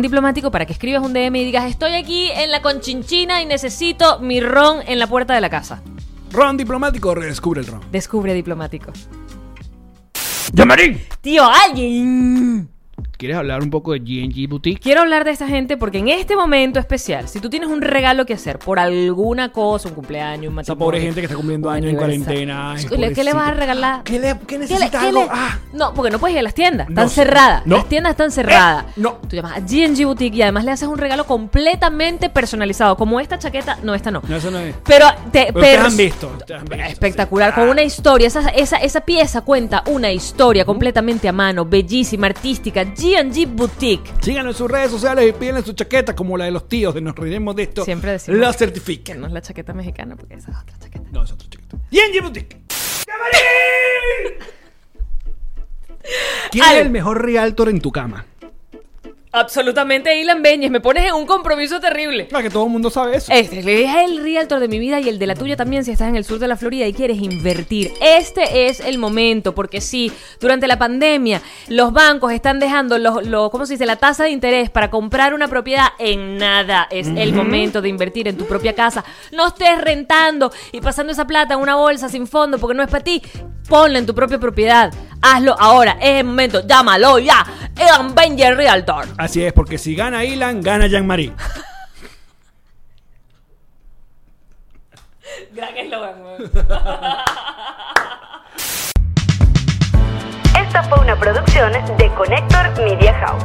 diplomático, para que escribas un DM y digas, estoy aquí en la conchinchina y necesito mi ron en la puerta de la casa.
Ron diplomático, redescubre el ron.
Descubre diplomático.
¡Llamarín!
Tío, alguien.
¿Quieres hablar un poco de GNG Boutique?
Quiero hablar de esta gente porque en este momento especial, si tú tienes un regalo que hacer por alguna cosa, un cumpleaños, un
Esa
matrimonio...
pobre gente que está cumpliendo
un
años en
aniversario.
cuarentena. ay,
¿Qué le- ¿Qué le vas a
pobrecito.
regalar?
¿Qué, le, qué
¿Qué le-
necesita
qué
algo?
le-
Ah,
No, porque no puedes ir a las tiendas.
No
Están
sé.
cerradas.
No. Eh,
Las tiendas están cerradas.
no.
Tú llamas a GNG Boutique y además le haces un regalo completamente personalizado. Como esta chaqueta. No, esta no.
no, eso no es.
Pero te.
Pero ustedes
pers-
han visto, ustedes han visto,
Espectacular,
sí.
con una historia. Esa, esa, esa pieza cuenta una historia completamente a mano, bellísima, artística. GNG Boutique.
Síganos en sus redes sociales y pídenle su chaqueta como la de los tíos, de nos reiremos de esto.
Siempre decimos-
La
Que
certifiquen.
no es la chaqueta mexicana, porque esa es otra chaqueta.
No, es otra chaqueta. GNG Boutique. ¿Quién
Ale.
es el mejor realtor en tu cama?
Absolutamente, Ilan Beñez. Me pones en un compromiso terrible.
Claro que todo el mundo sabe eso.
Este es el realtor de mi vida y el de la tuya también si estás en el sur de la Florida y quieres invertir. Este es el momento, porque sí, durante la pandemia los bancos están dejando los, los- ¿cómo se dice? la tasa de interés para comprar una propiedad en nada. Es el momento de invertir en tu propia casa. No estés rentando y pasando esa plata en una bolsa sin fondo porque no es para ti. Ponla en tu propia propiedad. Hazlo ahora. Es el momento. Llámalo ya. Evan Benjamin Realtor.
Así es, porque si gana Ilan, gana Jean-Marie.
Esta fue una producción de Connector Media House.